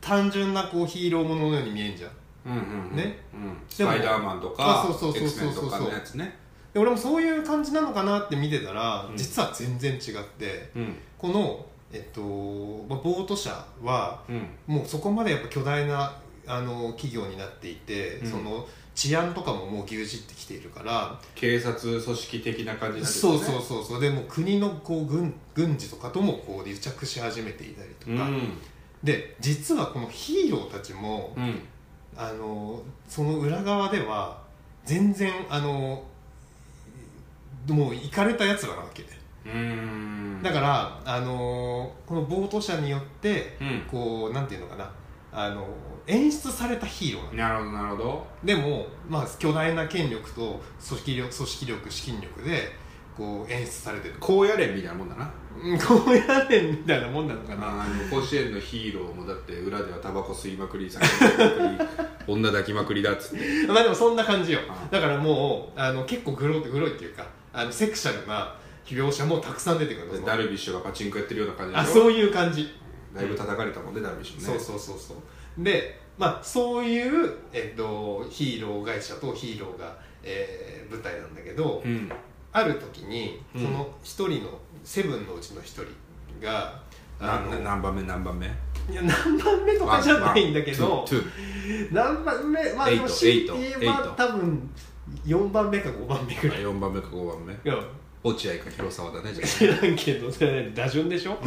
S1: 単純なこうヒーローもののように見えんじゃん
S2: うん、うんうんうん
S1: ね
S2: うん、スパイダーマンと
S1: あ
S2: か
S1: そうそうそうそうそう
S2: X-Men とかのやつね
S1: で俺もそういう感じなのかなって見てたら、
S2: うん
S1: 実は全然違って
S2: うん
S1: このえっと、まあ、ボート社は
S2: うん
S1: もうそこまでやっぱ巨大なあの企業になっていて、
S2: うん
S1: その治安とかももう牛耳ってきているから、
S2: 警察組織的な感じになってる
S1: そ
S2: ね
S1: うそうそうそうでもう国のこう軍軍事とかともこう癒着し始めていたりと
S2: うん
S1: か、で実はこのヒーローたちも、
S2: うん
S1: あのその裏側では全然あのもう行かれたやつらなわけで、
S2: うん
S1: だからあのこのボート社によって、
S2: うん
S1: こうなんていうのかなあの演出されたヒーローなの
S2: なるほどなるほど
S1: でも、まあ、巨大な権力と組織力組織力資金力でこう演出されてる
S2: こうやれみたいなもんだな
S1: うんこうやれみたいなもんなのかな
S2: あの甲子園のヒーローもだって裏ではタバコ吸いまくり酒飲みまくり 女抱きまくりだっつって
S1: まあでもそんな感じよ
S2: あ
S1: だからもうあの結構グログロいっていうかあのセクシャルな描写もたくさん出てくるのその
S2: ダルビッシュがパチンコやってるような感じ
S1: あ
S2: でしょ
S1: そういう感じ、
S2: だいぶ叩かれたもんねダルビッシュもね
S1: そうそうそうそうでまあそういう、えっと、ヒーロー会社とヒーローが、えー舞台なんだけど、
S2: うん
S1: ある時に
S2: うん
S1: その一人のセブンのうちの一人が、
S2: な
S1: あの
S2: な何番目何番目
S1: いや何番目とかじゃないんだけど
S2: トゥー
S1: 何番目まあ
S2: エ
S1: で
S2: イト
S1: も
S2: エイ
S1: CT
S2: トエイト
S1: は多分4番目か5番目ぐらい。
S2: 4番目か5番目
S1: いや
S2: 落合か広沢だねじゃ
S1: 知らんけどそれ打順で しょ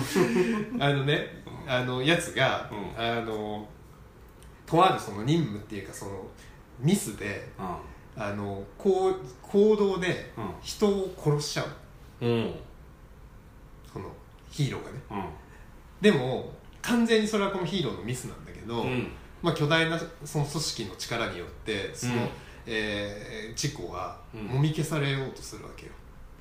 S1: あのねあのやつが、
S2: うん
S1: あのとあるその任務っていうかそのミスで
S2: あ
S1: あのこう行動で
S2: うん
S1: 人を殺しちゃう
S2: うんうん
S1: そのヒーローがね
S2: う
S1: でも完全にそれはこのヒーローのミスなんだけど、
S2: ん
S1: まあ、巨大なその組織の力によってその、
S2: うん
S1: えー事故は
S2: うん
S1: もみ消されようとするわけよ、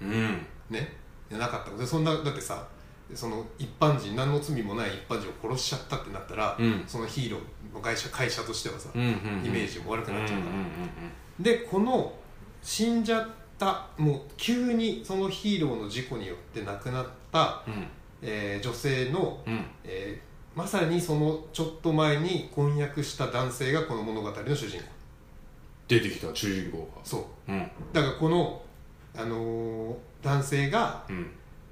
S2: うん
S1: ねいやなかったことでそんなだってさその一般人何の罪もない一般人を殺しちゃったってなったら、
S2: うん
S1: そのヒーローの会社会社としてはさ、
S2: うんうんうん
S1: イメージも悪くなっちゃうから、
S2: うんうんうん
S1: でこの死んじゃったもう急にそのヒーローの事故によって亡くなった、えー女性の、
S2: うんうん
S1: えーまさにそのちょっと前に婚約した男性がこの物語の主人公
S2: 出てきた主人公が
S1: そう
S2: うん
S1: だからこの、あのー男性が
S2: うん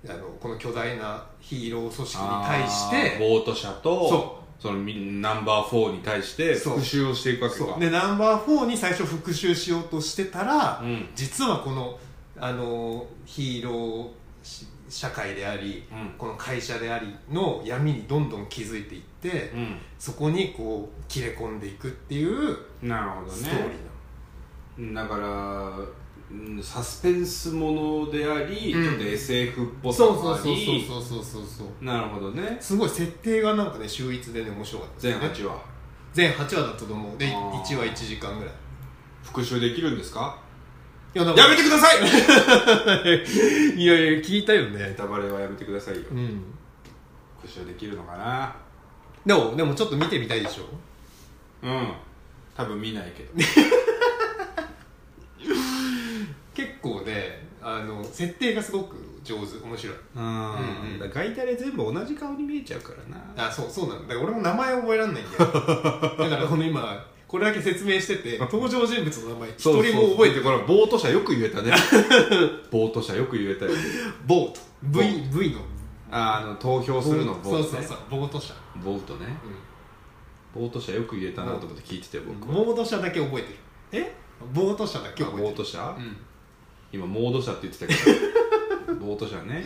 S1: あのこの巨大なヒーロー組織に対して
S2: ボート社と
S1: そ
S2: そのみナンバー4に対して
S1: そう
S2: 復讐をしていくわけか
S1: そうでナンバー4に最初復讐しようとしてたら、
S2: うん
S1: 実はこの、あのーヒーローし社会であり、
S2: うん
S1: この会社でありの闇にどんどん気づいていって、そこにこう切れ込んでいくっていう
S2: うんなるほど
S1: ストーリーなの
S2: ね、だからうんサスペンスものであり、
S1: うん
S2: ちょっと SF っぽさ
S1: そう
S2: も
S1: そう
S2: あ
S1: そうそう
S2: り
S1: そうそうそうそう
S2: なるほどね
S1: すごい設定がなんかね秀逸でね面白かったですね
S2: 全8話
S1: 全8話だったと思うで
S2: あ
S1: 1
S2: ー
S1: 話1時間ぐらい
S2: 復讐できるんですか
S1: いやだ
S2: やめてくださいネ
S1: いやいや聞いたよね
S2: タバレはやめてくださいよ
S1: うん
S2: 復讐できるのかな
S1: でもでもちょっと見てみたいでしょ
S2: うん多分見ないけど
S1: 結構ねあの設定がすごく上手面白い
S2: うん
S1: うん
S2: だから外タレ全部同じ顔に見えちゃうからな
S1: あそうそうなんだだから俺も名前覚えらんないんだ よだからこの今これだけ説明して て登場人物の名前一
S2: そう
S1: 人も覚えて
S2: そうそうだからボート社よく言えたね ボート社よく言えたよ
S1: ボート V, v の
S2: あーあの投票するのボート、ね、
S1: そうそうそうボート車、
S2: ボートねボート社よく言えたなと思って聞いてて
S1: うん、
S2: 僕は
S1: ボート車だけ覚えてるえボート車だけ
S2: 今日
S1: 覚えてる
S2: ボート社、
S1: うん
S2: 今モード社って言ってたけどボート社ね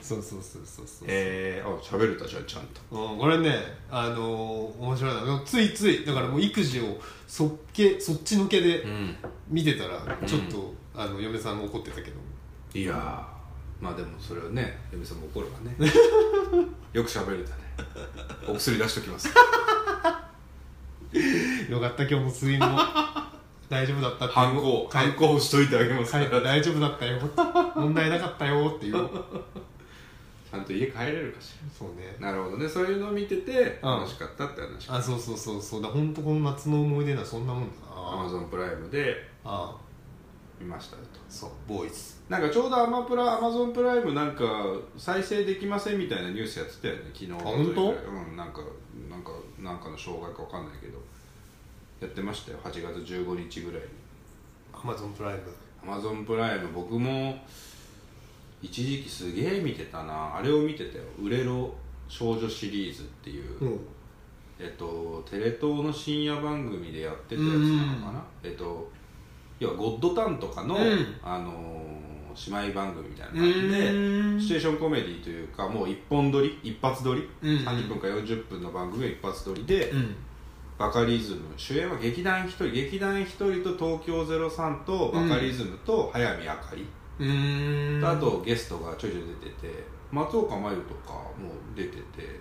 S1: そうそうそうそうそう、
S2: えー、あ喋れたじゃんちゃんと
S1: うん、これねあのー面白いなついついだからもう育児をそっけそっちのけで
S2: ん
S1: 見てたらちょっと、あの嫁さんが怒ってたけど
S2: いやーまあでもそれはね嫁さんも怒るわ ねよく喋れたねお薬出しときます
S1: よかった今日も睡 眠も大丈夫だったって
S2: 反抗
S1: 帰
S2: 反抗しといてあげます
S1: 帰
S2: か
S1: って
S2: ら
S1: 大丈夫だったよ問題なかったよっていう
S2: ちゃんと家帰れるかし
S1: そうね
S2: らなるほどねそういうのを見てて
S1: うん
S2: 楽しかったって話
S1: あそうそうそうそうだ本当この夏の思い出なそんなもんだな
S2: アマゾンプライムで
S1: ああ
S2: 見ましたと
S1: そうボーイズ
S2: なんかちょうどアマプラアマゾンプライムなんか再生できませんみたいなニュースやってたよね昨日あ
S1: 本当
S2: うんなんかなんかなんかの障害かわかんないけどやってましたよ8月15日ぐらいに
S1: アマゾンプライム
S2: アマゾンプライム僕も一時期すげえ見てたなあれを見てたよ「売れろ少女シリーズ」っていう、
S1: うん
S2: えっと、テレ東の深夜番組でやってたやつなのかな、えっと要は「ゴッドタン」とかの、
S1: うん
S2: あのー姉妹番組みたいな感じで、
S1: うん
S2: シチュエーションコメディというかもう一本撮り一発撮り、
S1: うん
S2: 30分か40分の番組を一発撮りで、
S1: うん
S2: バカリズム主演は劇団ひとり劇団ひとりと東京03とバカリズムと早見あかり、
S1: うーん
S2: あとゲストがちょいちょい出てて松岡真優とかも出てて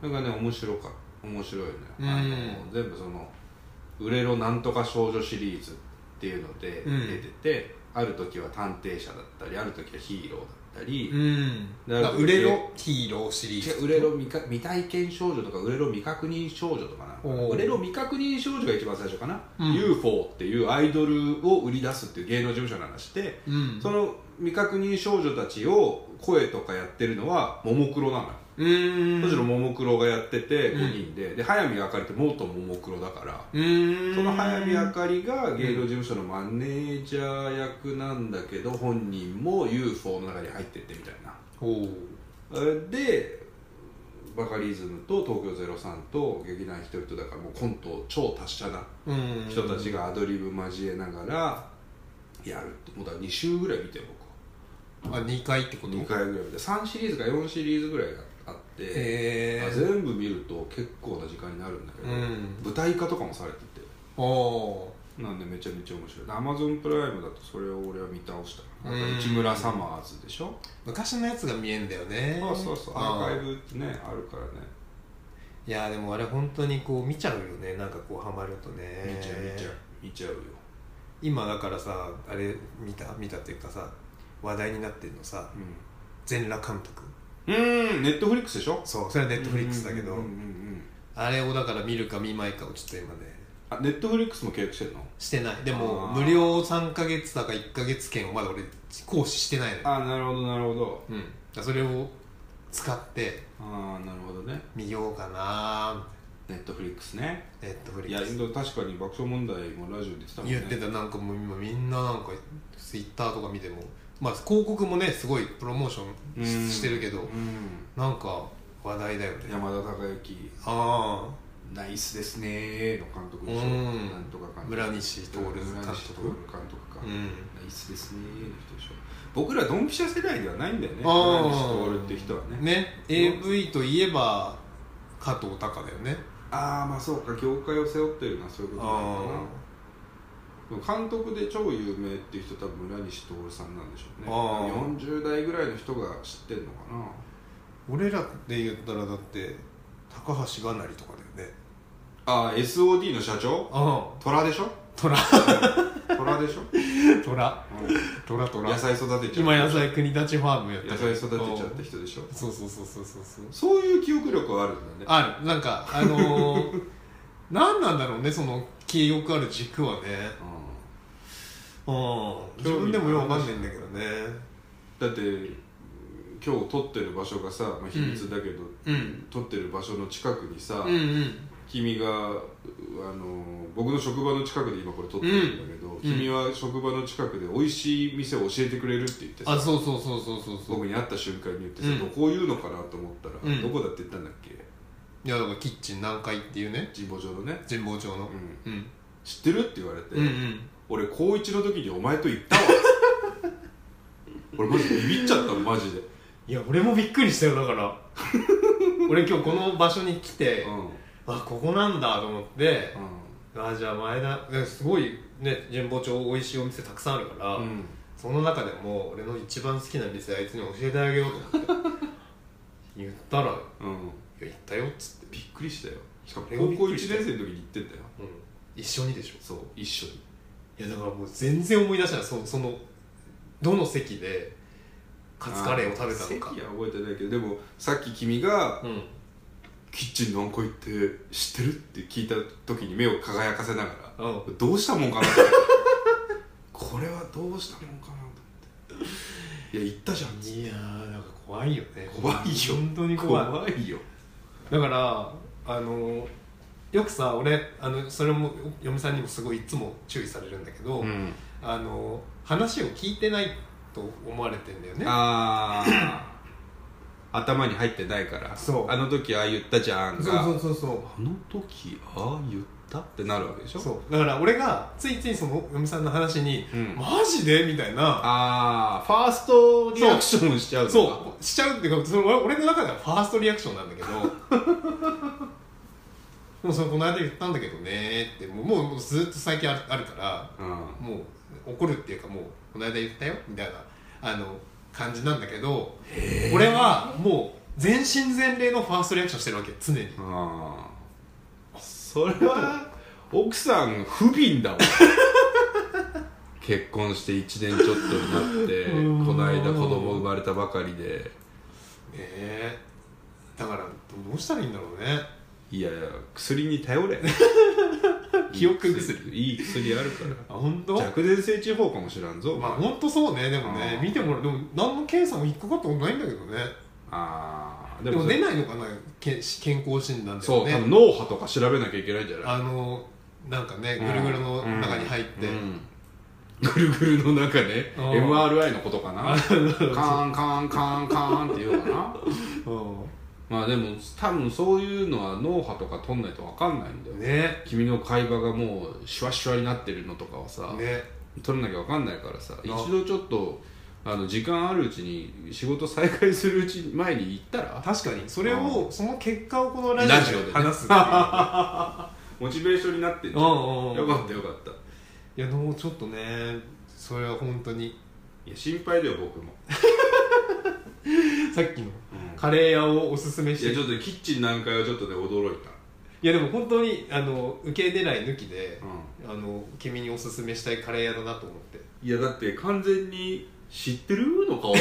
S2: それがね面白か面白いのよ、
S1: うん
S2: あの全部その「売れろなんとか少女」シリーズっていうので
S1: うん
S2: 出てて、ある時は探偵者だったりある時はヒーローだったり、
S1: うん
S2: だから
S1: あ売れろヒーローシリー
S2: 違
S1: ズ
S2: う売れろ未か未体験少女とか売れろ未確認少女とかな
S1: おー
S2: 売れろ未確認少女が一番最初かな、
S1: うん
S2: UFO っていうアイドルを売り出すっていう芸能事務所の話で、
S1: うん
S2: その未確認少女たちを声とかやってるのはももクロなのよ
S1: うーん
S2: むしろももクロがやってて
S1: うん
S2: 5人で,、で早見あかりって元ももクロだから、
S1: うーん
S2: その早見あかりが芸能事務所のマネージャー役なんだけど本人も UFO の中に入ってってみたいな
S1: おう
S2: でバカリズムと東京03と劇団ひとりとだからもうコントを超達者な
S1: うん
S2: 人たちがアドリブ交えながらやるってもうだから2週ぐらい見てよ
S1: あ二回ってこ
S2: 僕
S1: と
S2: 2回ぐらい見て3シリーズか4シリーズぐらいあって、
S1: へ
S2: あ
S1: え
S2: 全部見ると結構な時間になるんだけど、
S1: うん
S2: 舞台化とかもされてて
S1: おお
S2: なんでめちゃめちゃ面白いアマゾンプライムだとそれを俺は見倒したな
S1: うん
S2: んか市村サマーズでしょ、
S1: 昔のやつが見えんだよね
S2: そうそうそうアーカイ
S1: ブ
S2: ブってねあるからね
S1: いやでもあれ本当にこう見ちゃうよねなんかこうハマるとね
S2: 見ちゃう見ちゃう見ちゃうよ
S1: 今だからさあれ見た見たっていうかさ話題になってるのさ
S2: うん
S1: 全裸監督
S2: うーんネットフリックスでしょ
S1: そうそれはネットフリックスだけど、
S2: うんうんうんうん
S1: あれをだから見るか見まいかをちょっと今ね
S2: あネットフリックスも契約してんの
S1: してないでも
S2: あー
S1: 無料3ヶ月だか1ヶ月券をまだ俺行使してないのよ、
S2: あなるほどなるほど
S1: うん、だからそれを使って
S2: ああなるほどね
S1: 見ようかな
S2: ネットフリックスね
S1: ネットフリ
S2: い
S1: ッ
S2: や
S1: ク
S2: で
S1: ス
S2: も確かに爆笑問題もラジオで言ってたもん
S1: 言
S2: ね
S1: ってたなんかもう今みんななんかツイッターとか見てもまあ広告もねすごいプロモーション
S2: うん
S1: ししてるけど
S2: うん
S1: なんか話題だよね
S2: 山田孝之
S1: あ
S2: ナイスですねーの監督でしょ
S1: うん
S2: なんとか監
S1: あ
S2: 督
S1: 村西徹監督
S2: 村西徹監督か、
S1: う
S2: ナ
S1: ん
S2: イスですねーの人でしょ僕らドンピシャ世代ではないんだよね
S1: あー
S2: 村西徹って人はね
S1: ね AV といえば加藤隆だよね
S2: ああまあそうか業界を背負ってるのはそういうことなの
S1: あ
S2: かな監督で超有名っていう人多分村西徹さんなんでしょうね
S1: あー
S2: 40代ぐらいの人が知ってるのかな
S1: 俺らで言ったらだって高橋がなりとかだよね
S2: ああ SOD の社長
S1: あ
S2: 虎でしょ
S1: あ虎
S2: 虎でしょ、
S1: 虎虎
S2: うん
S1: 虎
S2: 野菜育てちゃう
S1: 今野菜国立ファームやって
S2: 野菜育てちゃった人でしょ
S1: そうそうそうそうそうそう
S2: そういう記憶力はあるんだね
S1: あるなんかあの ー、何なんだろうねその記憶ある軸はね
S2: う
S1: うん自分でもよくわかんないんだけどね
S2: んだって今日撮ってる場所がさ、まあ、秘密だけど、
S1: うん
S2: 撮ってる場所の近くにさ、
S1: うんうん
S2: 君があの僕の職場の近くで今これ撮ってるんだけど、君は職場の近くで美味しい店を教えてくれるって言って
S1: あ
S2: さ
S1: そうそうそうそうそうそう
S2: 僕に会った瞬間に言ってさ、
S1: うん
S2: どこを言うのかなと思ったら、
S1: うん
S2: どこだって言ったんだっけ
S1: いやだからキッチン南海っていうね
S2: 神保町のね、
S1: 神保町
S2: う
S1: の
S2: ん、
S1: うん
S2: 知ってるって言われて、
S1: うんうん
S2: 俺高一の時にお前と行ったわ 俺マジビビっちゃったのマジで、
S1: いや俺もびっくりしたよだから 俺今日この場所に来て
S2: うんうん、
S1: あここなんだと思ってあじゃあ前田ねすごいね神保町美味しいお店たくさんあるから、
S2: うん
S1: その中でも俺の一番好きな店あいつに教えてあげようと思って言ったら「いや
S2: うん、
S1: 言ったよ」っつって、
S2: びっくりしたよしかも
S1: 俺がびっ
S2: 高校
S1: く
S2: 1
S1: りし
S2: 年
S1: た
S2: 生の時に行ってんだよ
S1: うん、一緒にでしょ
S2: そう一緒に
S1: いやだからもう全然思い出したないそそのどの席でカツカレーを食べたのか
S2: 席は覚えてないけどでもさっき君が
S1: うん
S2: キッチン何個行って知ってるって聞いた時に目を輝かせながら
S1: うん
S2: どうしたもんかなと思って これはどうしたもんかなと思っていや行ったじゃん
S1: いやーなんか怖いよね
S2: 怖いよ
S1: 本当に怖い
S2: 怖いよ
S1: だからあのよくさ俺あのそれも嫁さんにもすごいいつも注意されるんだけど、
S2: ん
S1: あの話を聞いてないと思われてんだよね
S2: ああ頭に入ってないから
S1: そう
S2: あの時ああ言ったじゃんが
S1: そうそうそうそう
S2: あの時ああ言ったってなるわけでしょ
S1: そうだから俺がついついその嫁さんの話に「
S2: うん
S1: マジで?」みたいな
S2: ああファーストリアクションしちゃうのか
S1: そうしちゃうっていうかそれ俺俺の中ではファーストリアクションなんだけど でもそれこの間言ったんだけどねってもうもうもうずっと最近あるあるから
S2: うん
S1: もう怒るっていうかもうこの間言ったよみたいなあの感じなんだけど俺はもう全身全霊のファーストリアクションしてるわけ常に
S2: ああそれは奥さん不憫 だもん結婚して1年ちょっとになってこの間子供生まれたばかりで
S1: ええだからどうしたらいいんだろうね
S2: いやいや薬に頼れ
S1: 記憶薬
S2: いい薬あるか
S1: あ本当
S2: ら若年性地方かもしらんぞ、
S1: まあ本当そうねでもね
S2: あー
S1: 見てもらうでも何の検査も引っかかったことないんだけどね
S2: ああ
S1: で
S2: で
S1: も
S2: も
S1: 出ないのかなけ健康診断で
S2: そう、
S1: もね
S2: 多分脳波とか調べなきゃいけないんじゃない
S1: あのなんかねぐるぐるの中に入って、
S2: うんうんぐるぐるの中ね
S1: うん
S2: MRI のことかなカーンカーンカーンカーンっていうのかなまあでも多分そういうのは脳波とか取んないと分かんないんだ
S1: う
S2: よ
S1: ん
S2: ね
S1: ね
S2: 君の会話がもうシュワシュワになってるのとかはさ、
S1: ね
S2: 取らなきゃ分かんないからさ一度ちょっとあの時間あるうちに仕事再開するうち前に行ったら
S1: 確かにそれ
S2: う
S1: をその結果をこのラ
S2: ラ
S1: ジ
S2: ジ
S1: オ
S2: オ
S1: で
S2: で
S1: 話すっていう
S2: モチベーションになって んじ
S1: う
S2: ゃん
S1: んうんうん
S2: よかったよかったい
S1: いやもうちょっとねそれは本当に
S2: や心配だよ僕も、
S1: さっきの
S2: うん
S1: カレー屋をおすすめし
S2: い
S1: て
S2: やちょっとキッチンなんかはちょっとね驚いた
S1: いやでも本当にあの受け狙い抜きで
S2: う、ん
S1: あの君におすすめしたいカレー屋だなと思って
S2: いやだ って完全に知ってるの顔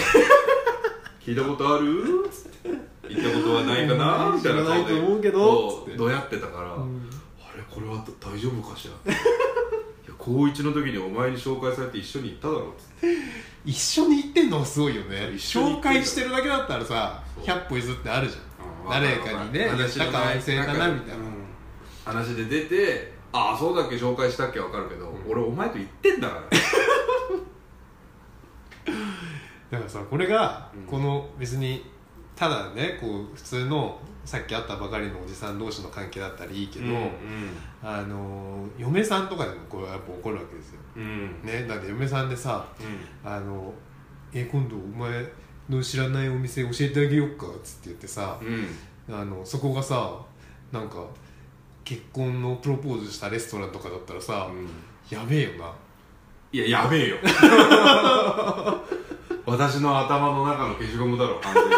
S2: 聞いたことあるつって行ったことはないかなみたいな顔
S1: 知らない
S2: で
S1: と思うけど
S2: そう
S1: つって
S2: どやってたから、
S1: うん
S2: あれこれは大丈夫かしらいや高一の時にお前に紹介されて一緒に行っただろうっつって
S1: 一緒に行ってんのがすごいよね
S2: そう一緒に行っ
S1: 紹
S2: てんだ
S1: 介してるだけだったらさ
S2: そう
S1: 100歩譲ってあるじゃん誰かにね
S2: わるわる
S1: やったか安静かなみたいな
S2: うん話で出てああそうだっけ紹介したっけわかるけど、俺お前と行ってんだから
S1: だからさこれが
S2: うん
S1: この別にただねこう普通のさっき会ったばかりのおじさん同士の関係だったらいいけど、あの嫁さんとかでもこれはやっぱ怒るわけですよ、
S2: うんうん
S1: ね、だって嫁さんでさあのえ今度お前の知らないお店教えてあげようかっつって言ってさ
S2: う、んうん
S1: あのそこがさなんか結婚のプロポーズしたレストランとかだったらさ、やべえよない
S2: や、やべえよ。 私の頭の中の消しゴムだろ、完 全に。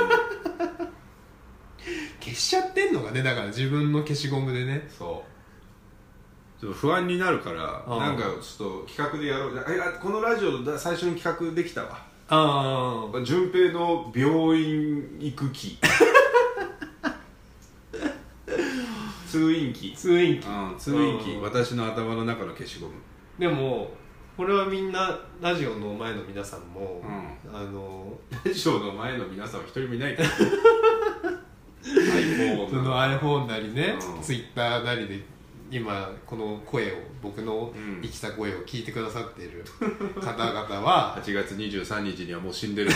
S1: 消しちゃってんのがねだから自分の消しゴムでね
S2: そう。ちょっと不安になるから、
S1: うん
S2: なんかちょっと企画でやろう。あいやこのラジオだ最初に企画できたわ。
S1: ああ
S2: 順平の病院行く期。 通院期。
S1: 通院期
S2: うん、通院期
S1: う。ん
S2: 私の頭の中の消しゴム。
S1: でもこれはみんなラジオの前の皆さんも、
S2: う
S1: あの
S2: ラジオの前の皆さんは一人もいない から。iPhone
S1: その iPhone なりね、
S2: うん
S1: Twitter なりで今この声を僕の
S2: うん
S1: 生きた声を聞いてくださっている方々 は、
S2: 8月23日にはもう死んでる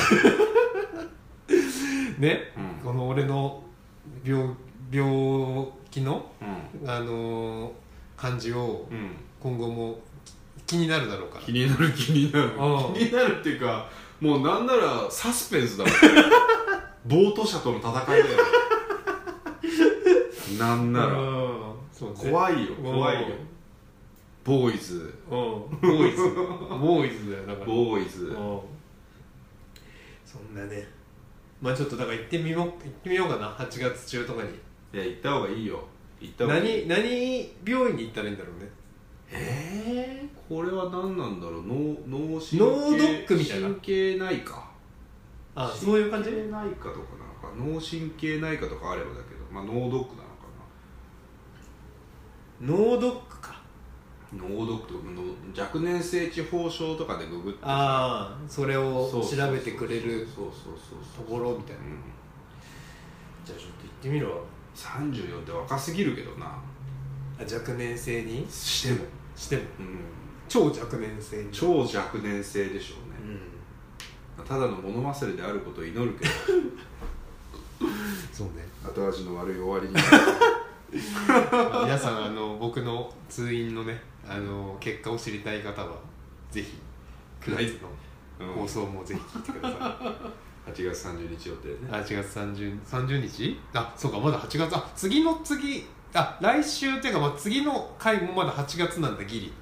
S1: ね、
S2: うん
S1: この俺の病病気の、
S2: う
S1: あのー感じを
S2: ん、うん、
S1: 今後も気になるだろうから
S2: 気になる気になる
S1: うん
S2: 気になるっていうかもうなんならサスペ ンスだもんボート者との戦いだよなんなら
S1: うんそうね
S2: 怖いよ怖いよボーイズ
S1: うんうんボーイズ ボーイズだよだから
S2: ボーイズ
S1: うんそんなねまあちょっとだから行ってみよう行ってみようかな8月中とかに
S2: いや行った方がいいよ行った方がいい
S1: 何何病院に行ったらいいんだろうね
S2: えー、これは何なんだろう脳脳神経
S1: 脳ドックみたいな
S2: 神経内科
S1: あそういう感じ
S2: 神経内科とかなのか脳神経内科とかあればだけどまあ脳ドックなのかな
S1: 脳ドックか
S2: 脳毒とかの若年性痴呆症とかでググって
S1: ああそれを
S2: そうそうそう
S1: 調べてくれる
S2: そうそうそうそ
S1: と
S2: う
S1: ころみたいな
S2: うん、
S1: じゃあちょっと行ってみるわ
S2: 34って若すぎるけどな
S1: あ若年性に
S2: しても、
S1: しても
S2: うん、
S1: 超若年性に
S2: 超若年性でしょ
S1: う
S2: うね、
S1: ん
S2: ただの物忘れであることを祈 るけど
S1: そうね
S2: 後味の悪い終わりに
S1: 皆さんあの僕の通院のねあの結果を知りたい方はぜひ9月の
S2: うん
S1: 放送もぜひ聞いてくだ さい
S2: 8月30日予定ね
S1: あ8月 30, 30日あそうかまだ8月あ次の次あ来週っていうか、まあ、次の回もまだ8月なんだギリ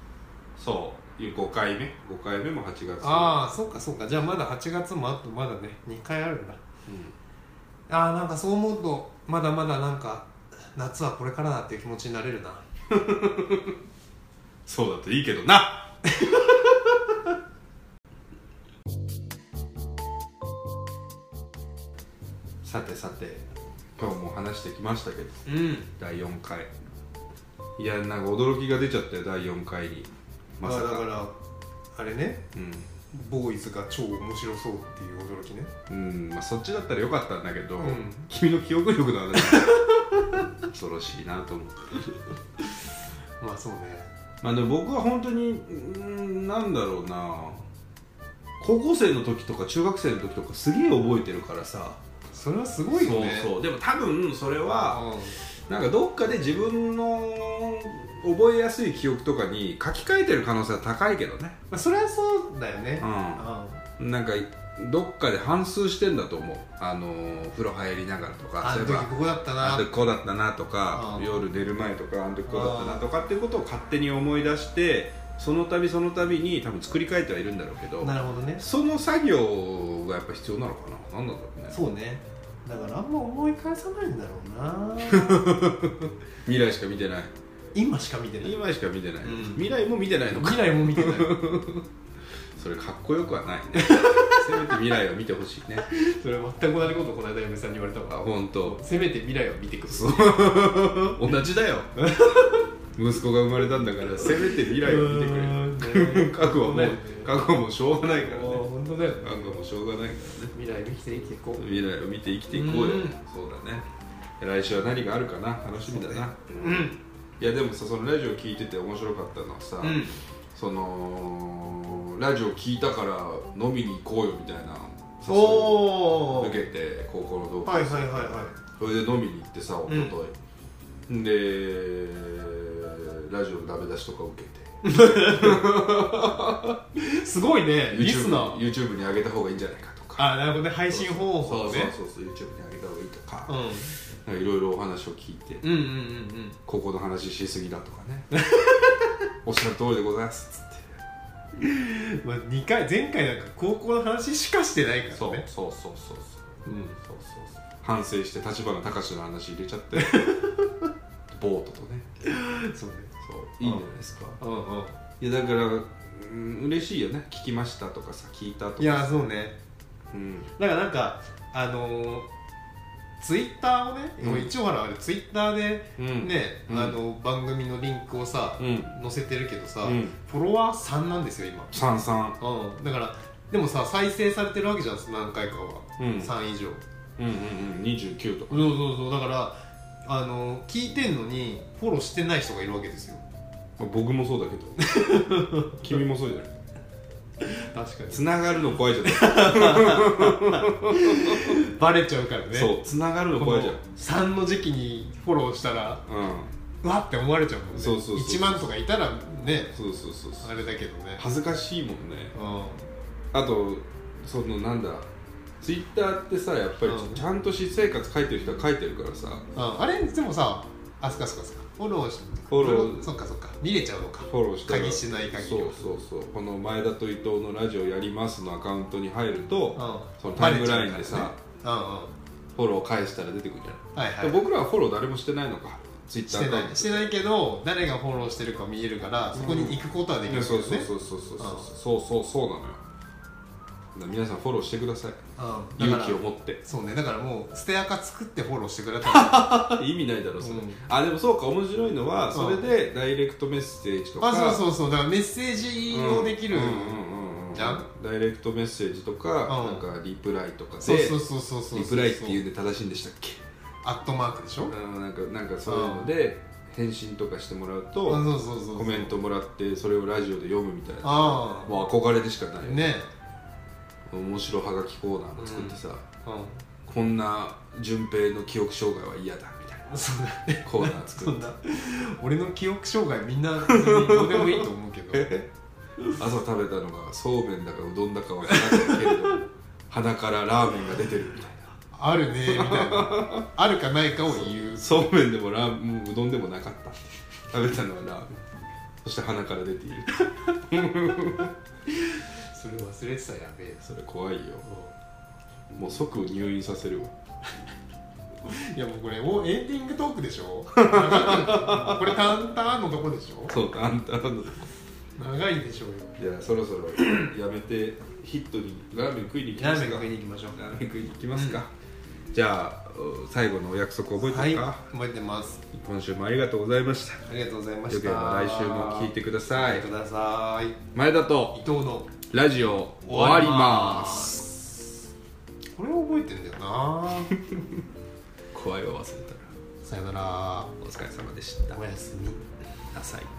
S2: そう5回目5回目も8月
S1: ああそうかそうかじゃあまだ8月もあとまだね2回あるんだああなんかそう思うとまだまだなんか夏はこれからだっていう気持ちになれるな
S2: そうだといいけどな さてさて今日も話してきましたけど
S1: うん
S2: 第4回いやなんか驚きが出ちゃったよ第4回にま
S1: まあ
S2: さ
S1: だ
S2: か
S1: からあれね
S2: う
S1: ボーイズが超面白そうっていう驚きね
S2: ん、うんまあ、そっちだったらよかったんだけど、
S1: うん
S2: 君の記憶力の話 恐ろしいなと思って
S1: まあそうね
S2: まあでも僕は本当にうーんなんだろうな高校生の時とか中学生の時とかすげえ覚えてるからさ
S1: それはすごいよね
S2: そうそうでも多分それは
S1: うん
S2: なんかどっかで自分の覚えやすい記憶とかに書き換えてる可能性は高いけどね
S1: まあ、それはそうだよねうん
S2: うんなんかどっかで反数してんだと思うあのー風呂入りながらとか
S1: あ
S2: そう
S1: の
S2: いえば
S1: 時ここだったな
S2: あの時こうだったなとか
S1: うん
S2: 夜寝る前とかあの時こうだったなとかっていうことを勝手に思い出してその度その度に多分作り変えてはいるんだろうけど
S1: なるほどね
S2: その作業がやっぱ必要なのかな何なんだろうね
S1: そうねだからあんま思い返さないんだ ろうな
S2: 未来しか見てない
S1: 今しか見てない
S2: 今しか見てない、
S1: うん
S2: 未来も見てないのか
S1: 未来も見てない
S2: それかっこよくは ないねせめて未来を見てほしいね
S1: それ全く同じことこの間嫁さんに言われた
S2: あ
S1: わ
S2: 本当
S1: せめて未来を見てくる
S2: 同 じだよ息子が生まれたんだからせめて未来を見てくれ
S1: うーんね
S2: る過去はもう過去はもうしょうがないからね
S1: もう本当だよね
S2: 過去はもうしょうがないからね
S1: 未来を生きて生きていこう
S2: 未来を見て生きていこうよ
S1: うん
S2: そうだね来週は何があるかな楽しみだな、
S1: うん
S2: いやでもさそのラジオ聞いてて面白かったのはさ、
S1: うん
S2: そのラジオ聞いたから飲みに行こうよみたいな
S1: お
S2: 誘
S1: ー
S2: い受けて高校の同級生
S1: はいはいはいはい
S2: それで飲みに行ってさ一昨日、でラジオのダメ出しとか受けて
S1: すごいねリス
S2: YouTube,
S1: ナー
S2: YouTube に上げた方がいいんじゃないかとか
S1: あなるほどね配信方法ね
S2: そうそうそうそう YouTube に上げた方がいいと
S1: う
S2: か
S1: ん
S2: なんかいろいろお話を聞いて、
S1: うんうんうん
S2: 高校の話しすぎだとか ねおっしゃる通りでございますっつって
S1: うんまあ二回前回なんか高校の話しかしてないからね
S2: そうそうそうそう
S1: うん
S2: そうそうそう反省して立花隆の話入れちゃって ボートとね
S1: そうね
S2: そういいんじゃないですか
S1: うんうん
S2: いやだからうん嬉しいよね聞きましたとかさ聞いたとか
S1: いやそうね
S2: うん
S1: だからなんかあのー、ツイッターをね、
S2: うん
S1: 一応ほらあれツイッターで
S2: うん
S1: ね、
S2: うん
S1: あの番組のリンクをさ、
S2: うん
S1: 載せてるけどさ、
S2: うん
S1: フォロワー3なんですよ今
S2: さんさん
S1: うんだからでもさ再生されてるわけじゃん何回かは、
S2: うん
S1: 3以上
S2: うんうんうん29とか
S1: そうそうそうだからあの聞いてんのにフォローしてない人がいるわけですよ
S2: まあ僕もそうだけど 君もそうじゃない
S1: 確か
S2: つながるの怖いじゃない、
S1: バレちゃうからね
S2: そうつながるの
S1: こ
S2: 怖
S1: の
S2: いじゃ
S1: 3
S2: ん
S1: の時期にフォローしたら
S2: う
S1: う
S2: ん
S1: わって思われちゃうもんね
S2: そうそうそう
S1: 1万とかいたらね
S2: そうそうそうそう
S1: あれだけどね
S2: 恥ずかしいもんね
S1: う
S2: あとそのなんだツイッターってさやっぱり
S1: うん
S2: ちゃんと私生活書いてる人は書いてるからさ
S1: んうんあれでもさあそっかそっかそっかフォローし
S2: フォロー
S1: そっかそっか見れちゃうのか
S2: フォローしたら
S1: 鍵しない限り
S2: そ
S1: は
S2: うそうそうこの「前田と伊藤のラジオやります」のアカウントに入ると、
S1: うん
S2: そのタイムラインでさ、
S1: バレちゃううんうん
S2: フォロー返したら出てくるじゃない、
S1: はい
S2: で
S1: は
S2: 僕らはフォロー誰もしてないのかツイ
S1: い
S2: ッ
S1: し
S2: ター
S1: てないしてないけど誰がフォローしてるか見えるからそこに行くことはできるんだ
S2: そ
S1: よ
S2: う
S1: ね
S2: そうそうそうそうそうそうそうなのよだから皆さんフォローしてください
S1: うんだ
S2: 勇
S1: か
S2: 気を
S1: ら
S2: 持って
S1: そうねだからもう捨てアカ作ってフォローしてくれたら
S2: 意味ないだろそれ、
S1: うん
S2: あでもそうか面白いのはそれでダイレクトメッセージとか
S1: あそうそうそうだからメッセージをできる
S2: うんうんうんうん
S1: じゃん
S2: ダイレクトメッセージとか、
S1: うん
S2: なんかリプライとかで
S1: そうそうそうそうそう
S2: リプライっていうんで正しいんでしたっけ
S1: アットマークでしょ
S2: うんなんかなんかそういうので返信とかしてもらうと
S1: あそうそうそうそう
S2: コメントもらってそれをラジオで読むみたいな
S1: あ
S2: もう憧れでしか
S1: あ
S2: ないよ
S1: ね
S2: 面白はがきコーナーも作ってさ、
S1: うん
S2: こんな順平の記憶障害は嫌だみたいな
S1: そんな
S2: コーナー作
S1: そ
S2: っ
S1: ん
S2: て
S1: な俺の記憶障害みんな別にどうでもいいと思うけど
S2: 朝食べたのがそうめんだかうどんだかは分からないけれども鼻からラーメンが出てるみたいな
S1: あるねみたいなあるかないかを言う
S2: そうめんでもラーメンうどんでもなかった食べたのはラーメンそして鼻から出ている
S1: それ忘れてたらやべえ
S2: それ怖いよもう即入院させるわ
S1: いやもうこれもうエンディングトークでしょ長いこれタンタンのとこでしょ
S2: そうかあんたの
S1: 長いでしょうよ
S2: じゃあそろそろやめてヒットにラーメン食いに行き
S1: ラ
S2: ま
S1: ーメ
S2: す
S1: ン
S2: か
S1: 食いに行きましょ
S2: ラーメン食いに行きますか、じゃあお最後のお約束覚え
S1: う
S2: て
S1: はい
S2: るか、
S1: 覚えてます
S2: 今週もありがとうございました
S1: ありがとうございま
S2: よ
S1: した
S2: ければ来週も聞いてください
S1: ください
S2: 前田と
S1: 伊藤の
S2: ラジオ終わります
S1: これを覚えてんだよな
S2: 怖いを忘れたら
S1: さよなら
S2: お疲れ様でした
S1: おやすみ
S2: なさい